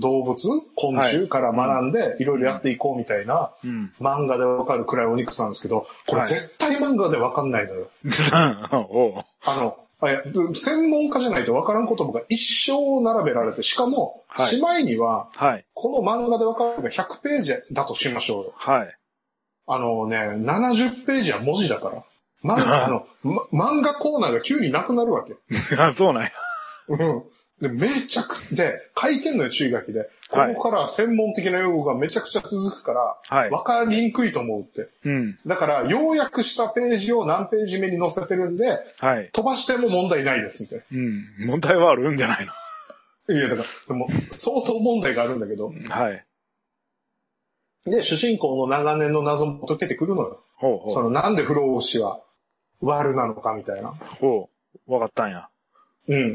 B: 動物、昆
A: は
B: 虫から学んでいろいろやっていこうみたいな
A: うん。
B: 漫画でわかるくらいお肉さんですけど、こ
A: は
B: れ
A: い
B: 絶対漫画でわかんないのよ。
A: おう
B: あの、あいや専門家じゃないとわからん言葉が一生並べられて、しかも、
A: はい
B: しまいには、
A: はい、
B: この漫画でわかるが100ページだとしましょうよ。
A: はい。
B: あのね、70ページは文字だから。ま、 あの、ま、漫画コーナーが急になくなるわけ。
A: あ、そうなんや。
B: うん。で、めちゃく、で、書いてんのよ、注意書きで。こ
A: はい
B: こから専門的な用語がめちゃくちゃ続くから、
A: はい。
B: わかりにくいと思うって。
A: うん。
B: だから、要約したページを何ページ目に載せてるんで、
A: はい。
B: 飛ばしても問題ないです、みたい
A: うん。問題はあるんじゃないの
B: な。いや、だから、でも、相当問題があるんだけど。
A: はい。
B: で、主人公の長年の謎も解けてくるのよ。
A: ほう
B: そ
A: ほう。
B: の、なんで不老不死は悪なのか、みたいな。
A: ほう。わかったんや。
B: うん。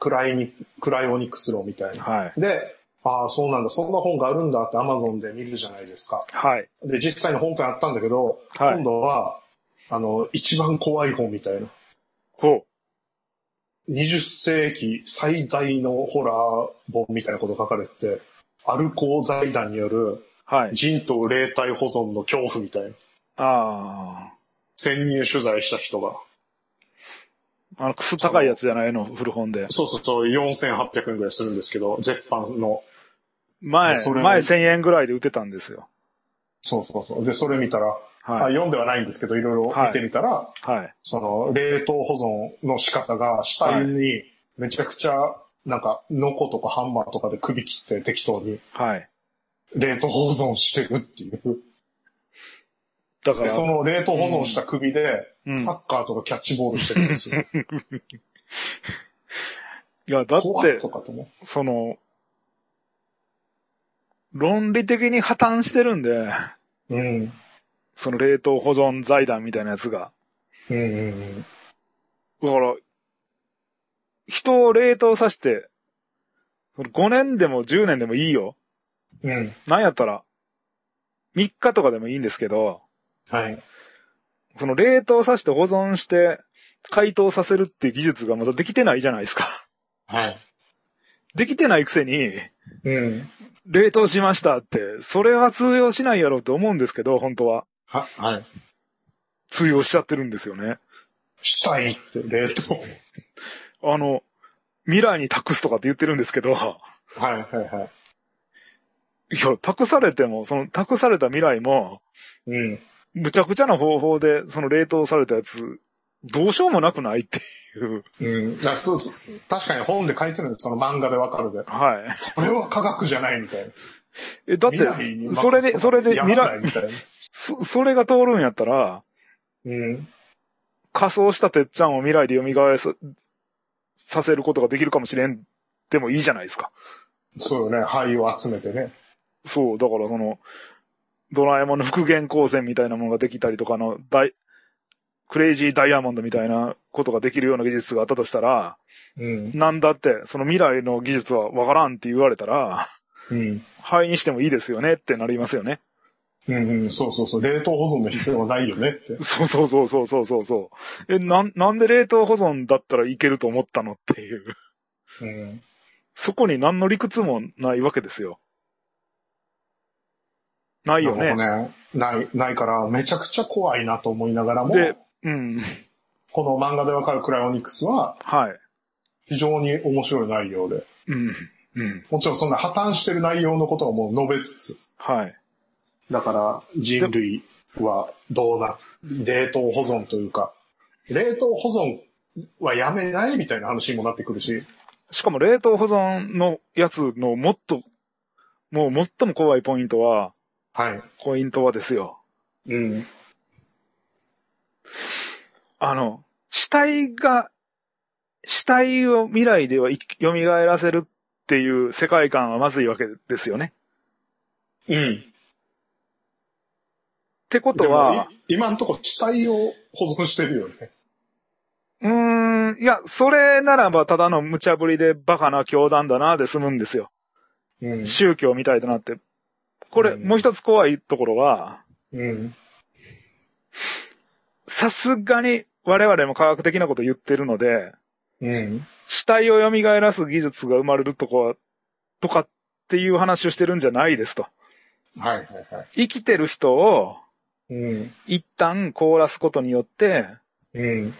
B: 暗いに、暗いオニクスロみたいな。
A: はい。
B: で、ああ、そうなんだ、そんな本があるんだって Amazon で見るじゃないですか。
A: はい。
B: で、実際に本当にあったんだけど、
A: はい
B: 今度は、あの、一番怖い本みたいな。
A: ほ
B: 20世紀最大のホラー本みたいなこと書かれてて、アルコー財団による
A: う。はい。
B: 人と霊体保存の恐怖みたいな。
A: あ
B: 潜入取材した人が。
A: あ。あの、クソ高いやつじゃないの、古本で。
B: そうそうそう、4800円ぐらいするんですけど、絶版の。
A: 前、
B: それ
A: 前1000円ぐらいで売ってたんですよ。
B: そうそうそう。で、それ見たら、あ
A: はい。
B: 読んではないんですけど、いろいろ見てみたら、
A: はい。
B: その冷凍保存の仕方が死体にめちゃくちゃなんかノコとかハンマーとかで首切って適当に
A: はい。
B: 冷凍保存してるっていう。
A: だか
B: で、
A: ら、
B: その冷凍保存した首で
A: うん。
B: サ
A: い
B: ッカーとかキャッチボールしてる んですよ。
A: や、だっ
B: 怖
A: て
B: っ、とかと思
A: その、論理的に破綻してるんで、
B: う。うん。
A: その冷凍保存財団みたいなやつが。
B: うんうん
A: だから、人を冷凍させて、その5年でも10年でもいいよ。
B: うん。うん。
A: なんやったら、3日とかでもいいんですけど、
B: はい。
A: その冷凍させて保存して、解凍させるっていう技術がまだできてないじゃないですか。
B: はい。
A: できてないくせに、
B: うん。
A: 冷凍しましたって、それは通用しないやろうと思うんですけど、本当は。
B: は、はい。
A: 通用しちゃってるんですよね。
B: 死体って冷 凍。
A: あの、未来に託すとかって言ってるんですけど、い や、
B: はいはいはい。
A: 託されても、その託された未来も、
B: うん。
A: むちゃくちゃな方法で、その冷凍されたやつ、どうしようもなくないって。いう。
B: うん。だからそうそう確かに本で書いてるんです、その漫画でわかるで。
A: はい。
B: それは科学じゃないみたいな。
A: え、だっ
B: 未来に
A: て、それで、それで
B: 未
A: 未
B: 来
A: 来、
B: みたいな。
A: そ、それが通るんやったら、
B: うん。
A: 仮装したてっちゃんを未来で蘇さ、させることができるかもしれん、でもいいじゃないですか。
B: そうよね。灰を集めてね。
A: そう、だからその、ドラえもんの復元光線みたいなものができたりとかの、ダイ、クレイジーダイヤモンドみたいなことができるような技術があったとしたら、
B: うん。
A: なんだって、その未来の技術はわからんって言われたら、
B: うん。
A: 灰にしてもいいですよねってなりますよね。
B: うんうん。そうそうそう。冷凍保存の必要はないよねって。
A: そうそうそうそうそうそうそう。え、なん、なんで冷凍保存だったらいけると思ったのっていう。
B: うん。
A: そこに何の理屈もないわけですよ。ないよね。
B: なんかね。ない、ないから、めちゃくちゃ怖いなと思いながらも、
A: でうん。
B: この漫画でわかるクライオニクスは
A: はい。
B: 非常に面白い内容で。
A: うん。うん。
B: もちろんそんな破綻してる内容のことをもう述べつつ、
A: はい。
B: だから人類はどうな、冷凍保存というか、冷凍保存はやめないみたいな話にもなってくるし、
A: しかも冷凍保存のやつのもっと、もう最も怖いポイントは、
B: はい。
A: ポイントはですよ。
B: うん。
A: あの、死体が、死体を未来では生き蘇らせるっていう世界観はまずいわけですよね。
B: うん。
A: ってことは、
B: い今んとこ地体を保存してるよね。
A: うーん、いや、それならばただの無茶ぶりでバカな教団だなで済むんですよ。
B: うん
A: 宗教みたいだなって。これ、
B: うん
A: もう一つ怖いところは、
B: うん。
A: さすがに我々も科学的なこと言ってるので、
B: うん。
A: 死体を蘇らす技術が生まれるとこは、とかっていう話をしてるんじゃないですと。
B: はいはいは
A: 生きてる人を
B: い。うん。
A: 一旦凍らすことによって、
B: うん。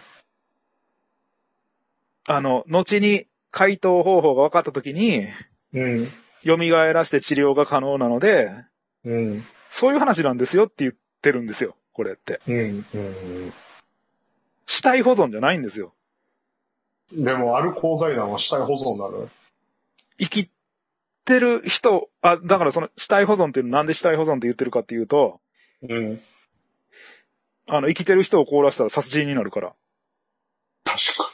A: あの、後に解凍方法が分かった時に、
B: うん。
A: 蘇らして治療が可能なので、
B: うん。
A: そういう話なんですよって言ってるんですよ、これって。
B: うん。うん。
A: 死体保存じゃないんですよ。
B: でも、ある鉱財団は死体保存なのよ
A: 生きてる人、あ、だからその死体保存っていうのなんで死体保存って言ってるかっていうと、
B: うん。
A: あの、生きてる人を凍らせたら殺人になるから。
B: 確か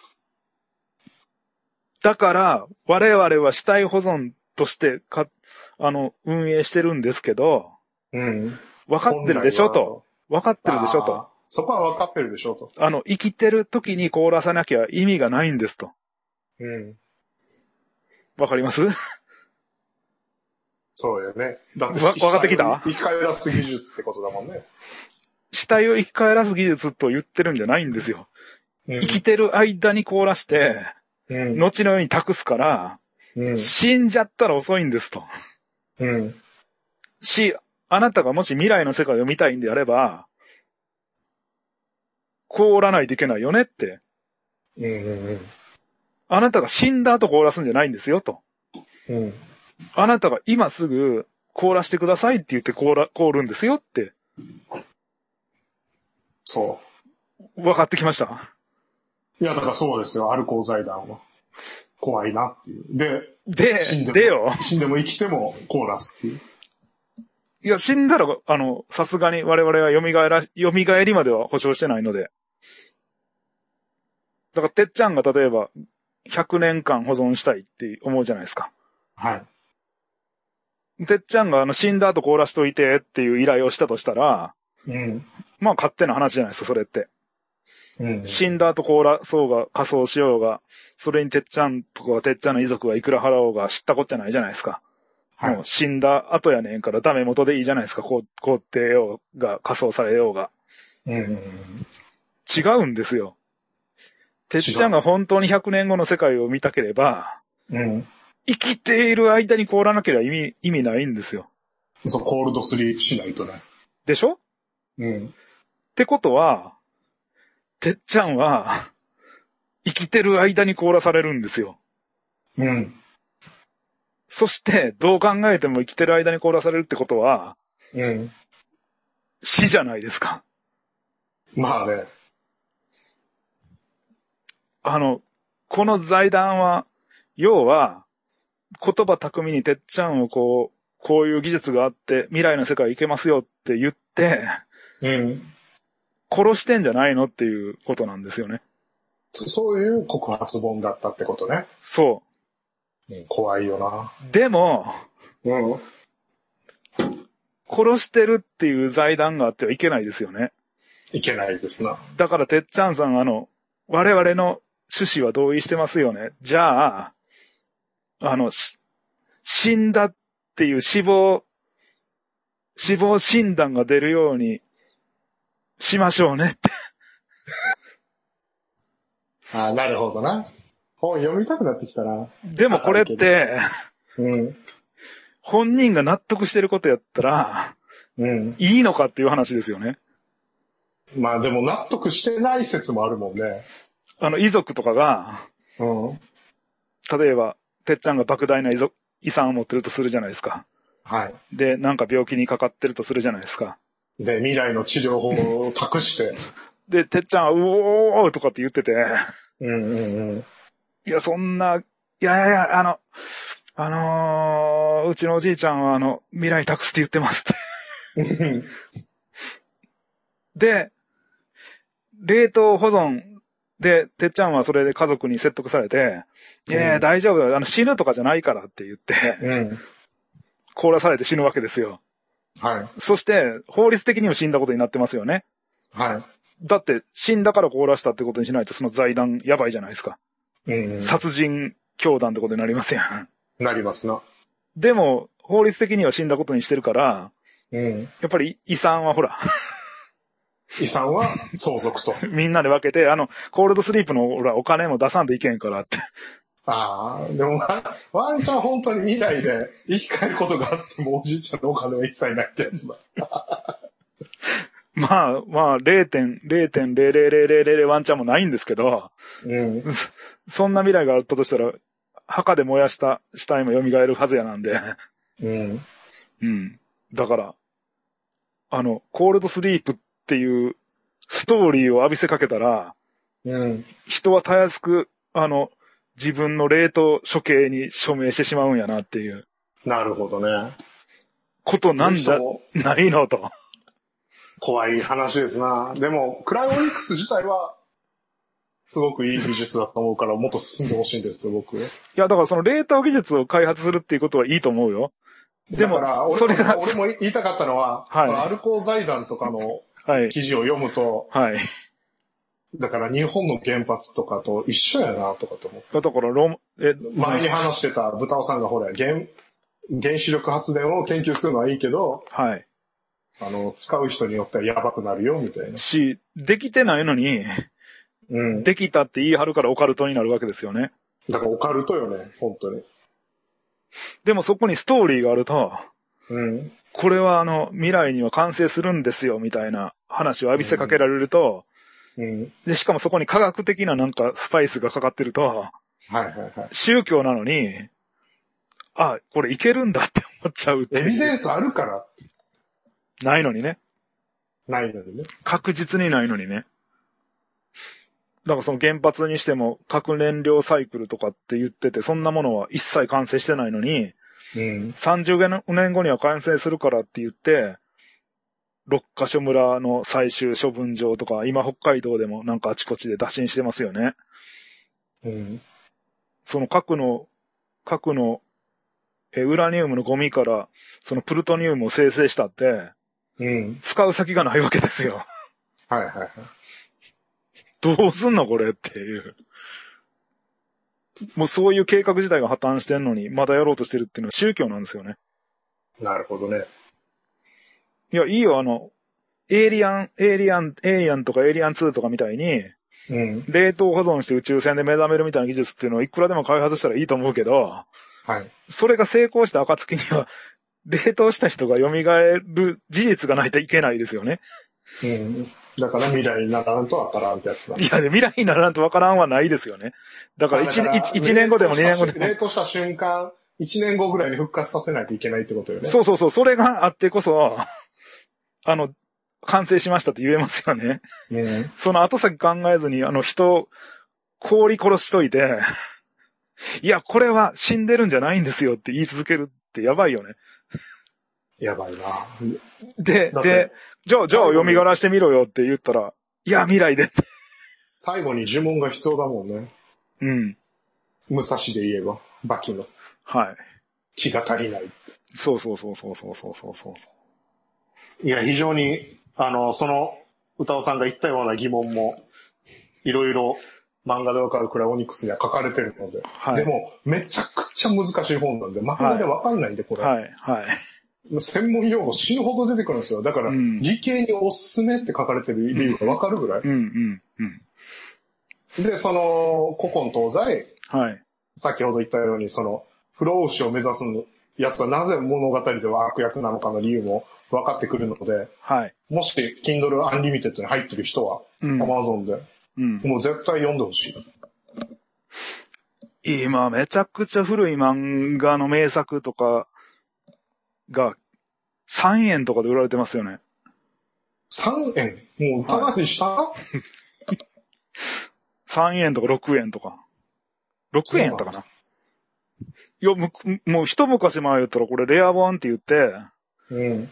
A: だから、我々は死体保存としてか、あの、運営してるんですけど、
B: に。うん。
A: 分かってるでしょと。。分かってるでしょと。。
B: そこは分かってるでしょと。
A: あの、生きてる時に凍らさなきゃ意味がないんですと。
B: うん。
A: わかります
B: そうよね。だ
A: わ分かってきた
B: 生き返らす技術ってことだもんね。
A: 死体を生き返らす技術と言ってるんじゃないんですよ。
B: うん
A: 生きてる間に凍らして、
B: うん。
A: 後の世に託すから、
B: うん。
A: 死んじゃったら遅いんですと。
B: うん。
A: し、あなたがもし未来の世界を見たいんであれば、凍らないといけないよねって。
B: うん。
A: あなたが死んだ後凍らすんじゃないんですよと。
B: うん。
A: あなたが今すぐ凍らしてくださいって言って凍ら、凍るんですよって
B: そ
A: 分かってきました。
B: う。いや、だからそうですよ。アルコール財団は。怖いなっていう。で、死ん
A: で、
B: でも
A: でよ。
B: 死んでも生きてもコーラスっていう。
A: いや、死んだら、あの、さすがに我々は蘇ら、蘇りまでは保証してないので。だから、てっちゃんが例えば、100年間保存したいって思うじゃないですか。
B: はい。
A: てっちゃんがあの死んだ後凍らしといてっていう依頼をしたとしたら、
B: うん。
A: まあ勝手な話じゃないですか、それって。
B: うん。
A: 死んだ後凍らそうが仮装しようが、それにてっちゃんとかてっちゃんの遺族がいくら払おうが知ったこっちゃないじゃないですか。
B: はい
A: もう死んだ後やねんからダメ元でいいじゃないですか、こう、こうってようが仮装されようが。
B: うん。
A: 違うんですよ。てっちゃんが本当に100年後の世界を見たければ、
B: うん。
A: 生きている間に凍らなければ意味、意味ないんですよ。
B: そう、コールドスリーしないとね。
A: でしょっ
B: うん。
A: てことは、てっちゃんは、生きてる間に凍らされるんですよ。
B: うん。
A: そして、どう考えても生きてる間に凍らされるってことは、
B: うん。
A: 死じゃないですか。
B: まあね。
A: あの、この財団は、要は、言葉巧みにてっちゃんをこう、こういう技術があって、未来の世界行けますよって言って、
B: うん。
A: 殺してんじゃないのっていうことなんですよね。
B: そそういう告発本だったってことね。
A: そ
B: うん怖いよな。
A: う。でも、
B: うん。
A: 殺してるっていう財団があってはいけないですよね。
B: いけないですな。
A: だから、てっちゃんさん、あの、我々の趣旨は同意してますよね。じゃあ、あの、し死んだっていう死亡、死亡診断が出るようにしましょうねって。
B: あなるほどな。本読みたくなってきたな。
A: でもこれって、
B: うん。
A: 本人が納得してることやったら、
B: うん。
A: いいのかっていう話ですよね。
B: まあでも納得してない説もあるもんね。
A: あの、遺族とかが、
B: うん。
A: 例えば、てっちゃんが莫大な遺族遺産を持ってるとするじゃないですか。
B: はい。
A: で、なんか病気にかかってるとするじゃないですか。
B: で、未来の治療法を託して。
A: で、てっちゃんは、うおーとかって言ってて、
B: うんうんうん。
A: いや、そんな、いやいやいや、あの、あのーうちのおじいちゃんは、あの、未来託すって言ってますって。
B: うん
A: で、冷凍保存で、てっちゃんはそれで家族に説得されて、いやいや、大丈夫だよ。あの、死ぬとかじゃないからって言 って、
B: うん。
A: 凍らされて死ぬわけですよ。
B: はい。
A: そして、法律的にも死んだことになってますよね。
B: は
A: だって、死んだから凍らしたってことにしないと、その財団やばいじゃないですか。
B: い。うん。
A: 殺人教団ってことになりますやん。
B: なりますな。
A: でも、法律的には死んだことにしてるから、
B: うん。
A: やっぱり遺産はほら、
B: 遺産は相続と。
A: みんなで分けて、あの、コールドスリープのほら、お金も出さんでいけんからって。
B: ああ、でもワン、ワンチャン本当に未来で生き返ることがあってもおじいちゃんのお金は一切ないってやつだ。
A: まあ、まあ、0.0.00000ワンチャンもないんですけど、
B: うん。
A: そそんな未来があったとしたら、墓で燃やした死体も蘇るはずやなんで。
B: うん。
A: うん。だから、あの、コールドスリープっていうストーリーを浴びせかけたら、
B: うん。
A: 人はたやすく、あの、自分の冷凍処刑に署名してしまうんやなっていう
B: なるほどね。
A: ことなんじゃないのと。
B: 怖い話ですな。でも、クライオニクス自体は、すごくいい技術だと思うから、もっと進んでほしいんですよ、僕。
A: いや、だからその冷凍技術を開発するっていうことはいいと思うよ。でも
B: だから、俺も
A: それが
B: 俺も言いたかったのは、
A: はい
B: そのアルコー財団とかの
A: はい。
B: 記事を読むと、
A: はい。
B: だから日本の原発とかと一緒やな、とかと思う。
A: だからロン、え、
B: 前に話してた豚尾さんがほら、原、原子力発電を研究するのはいいけど、
A: はい。
B: あの、使う人によってはやばくなるよ、みたいな。
A: し、できてないのに、
B: うん。
A: できたって言い張るからオカルトになるわけですよね。
B: だからオカルトよね、本当に。
A: でもそこにストーリーがあると、
B: うん。
A: これはあの、未来には完成するんですよ、みたいな話を浴びせかけられると、
B: うん。
A: で、しかもそこに科学的ななんかスパイスがかかってると、
B: はいはいはい。
A: 宗教なのに、あ、これいけるんだって思っちゃうって
B: エビ
A: いう
B: デンスあるから、
A: ないのにね。
B: ないのにね。
A: 確実にないのにね。だからその原発にしても核燃料サイクルとかって言ってて、そんなものは一切完成してないのに、
B: うん。
A: 30年後には完成するからって言って、六ヶ所村の最終処分場とか、今北海道でもなんかあちこちで打診してますよね。
B: うん。
A: その核の、核の、え、ウラニウムのゴミから、そのプルトニウムを生成したって、
B: うん。
A: 使う先がないわけですよ。
B: はいはいはい。
A: どうすんのこれっていう。もうそういう計画自体が破綻してんのに、まだやろうとしてるっていうのは宗教なんですよね。
B: なるほどね。
A: いや、いいよ、あの、エイリアン、エイリアン、エイリアンとかエイリアン2とかみたいに、
B: うん。
A: 冷凍保存して宇宙船で目覚めるみたいな技術っていうのをいくらでも開発したらいいと思うけど、
B: はい。
A: それが成功した暁には、 冷凍した人が蘇る事実がないといけないですよね。
B: うん。だから未来にならんとわからんってやつだ
A: い。や、で未来にならんとわからんはないですよね。だから
B: だから
A: 1、一年後でも2年後でも。
B: 冷凍した瞬間、1年後ぐらいに復活させないといけないってことよね。
A: そうそうそう、それがあってこそ、 あの、完成しましたって言えますよね。
B: う。うん。
A: その後先考えずに、あの人氷殺しといて、 いや、これは死んでるんじゃないんですよって言い続けるってやばいよね。
B: やばいな。
A: で
B: だ、っ
A: で
B: て、
A: じゃあ、じゃあ読みがらしてみろよって言ったら、いや、未来でって。
B: 最後に呪文が必要だもんね。
A: うん。
B: 武蔵で言えば、バキの
A: はい。
B: 気が足りない。
A: そうそうそうそうそうそうそうそう。
B: いや、非常に、あの、その、歌尾さんが言ったような疑問も、いろいろ漫画でわかるクラオニクスには書かれてるので、
A: はい
B: でも、めちゃくちゃ難しい本なんで、漫画でわかんないんで、これ。
A: はい、はい。
B: 専門用語死ぬほど出てくるんですよ。だから、
A: うん
B: 理系におすすめって書かれてる理由がわかるぐらい。
A: うん、うん、うん。
B: で、その、古今東西、
A: はい。
B: 先ほど言ったように、その、不老不死を目指すやつはなぜ物語では悪役なのかの理由も分かってくるので、
A: はい。
B: もし、Kindle Unlimited に入ってる人は、
A: うん。
B: Amazon で、
A: うん。
B: もう絶対読んでほしい。
A: 今、めちゃくちゃ古い漫画の名作とかが、3円とかで売られてますよね。
B: 3円もう、ただにした、
A: 3円とか6円とか。6円やったかな。いや、むくもう一昔前言ったらこれレア版って言って、
B: うん。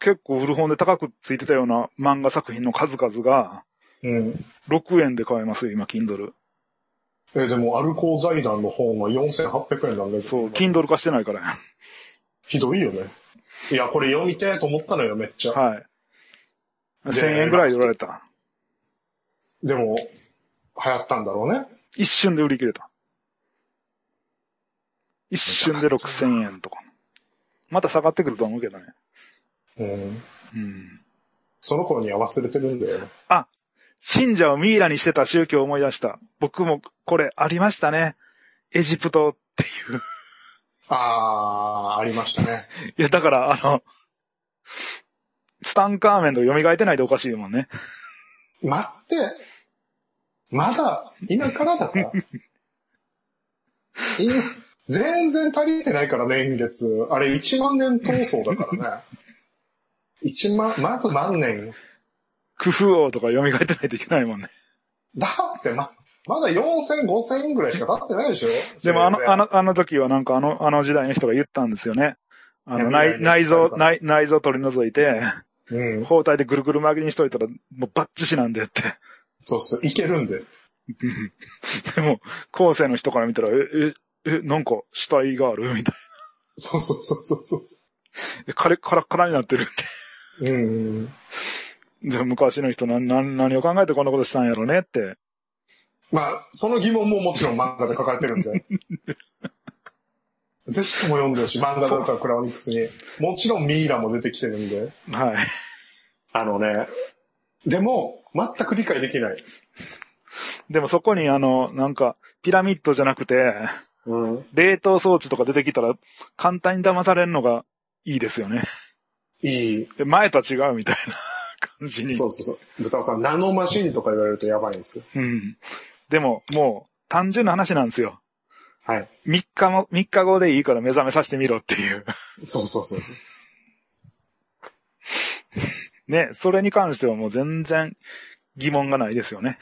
A: 結構古本で高くついてたような漫画作品の数々が、
B: うん。
A: 6円で買えますよ、今、Kindle。
B: え、でも、アルコー財団の本は4800円なんで、
A: そう、Kindle 化してないからや。
B: ひどいよね。いや、これ読みてえと思ったのよ、めっちゃ。
A: はい。
B: で
A: 1000円ぐらいで売られた。
B: でも、流行ったんだろうね。
A: 一瞬で売り切れた。一瞬で6000円とか。また下がってくると思うけどね。
B: うん。
A: うん。
B: その頃には忘れてるんだよね。
A: 信者をミイラにしてた宗教を思い出した。僕もこれありましたね。エジプトっていう。
B: あー、ありましたね。
A: いや、だから、あの、ツタンカーメンとか蘇ってないでおかしいもんね。
B: 待って、まだ、今からだ から。今全然足りてないから、年月。あれ、1万年闘争だからね。一万、まず万年よ。
A: クフ王とか蘇ってないといけないもんね。
B: だって、ま、まだ4000、5000ぐらいしか経ってないでしょ
A: でもあ
B: せ
A: の、
B: いぜい
A: あの、あの時はなんかあの、あの時代の人が言ったんですよね。あの、
B: いや未来
A: 内
B: に
A: 内臓、
B: 光るから
A: 内内臓取り除いて、
B: うん。
A: 包帯でぐるぐる巻きにしといたら、もうバッチシなんでって。
B: そうそう、いけるんで。
A: うんでも、後世の人から見たら、え、え、え、なんか死体があるみたい
B: そうそうそうそうそう。
A: な。え、カレ、カラッカラになってる って。
B: うん。
A: じゃあ昔の人な、な、何を考えてこんなことしたんやろねって。
B: まあ、その疑問ももちろん漫画で書かれてるん で。ぜひとも読んでほしい。漫画とかクラウニクスに。もちろんミイラも出てきてるんで。
A: はい。
B: あのね。でも、全く理解できない。
A: でもそこにあの、なんか、ピラミッドじゃなくて、
B: うん。
A: 冷凍装置とか出てきたら、簡単に騙されるのがいいですよね。
B: いい。
A: で前とは違うみたいな感じに。
B: そうそうそう。豚尾さん、ナノマシンとか言われるとやばいんですよ。
A: うん。でも、もう、単純な話なんですよ。
B: はい。
A: 3日も、3日後でいいから目覚めさせてみろっていう。
B: そうそうそう。
A: ね、それに関してはもう全然疑問がないですよね。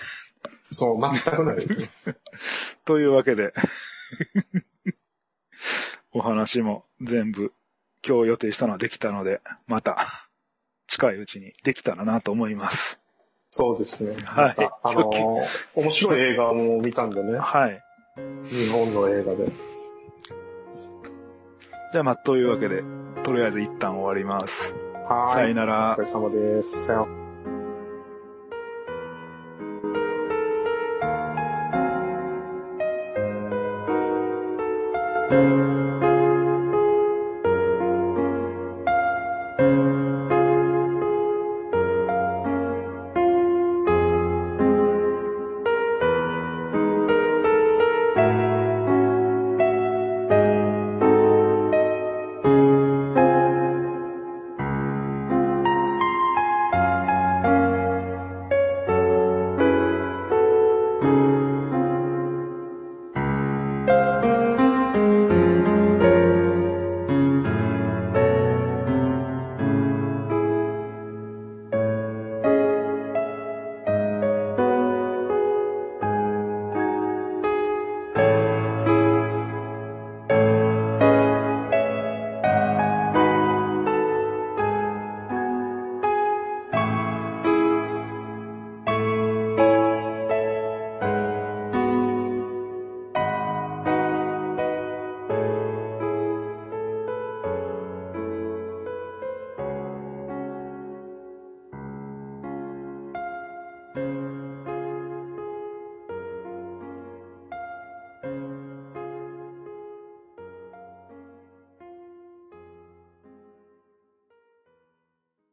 B: そう、全くないですね。
A: というわけで、 お話も全部今日予定したのはできたので、また近いうちにできたらなと思います。
B: そうですね。
A: はい
B: またあの ー面白い映画も見たんでね。
A: はい。
B: 日本の映画で。
A: じゃあまあというわけで、とりあえず一旦終わります。
B: はーい。
A: さよな
B: お
A: ら。
B: 疲れ様です。さよなら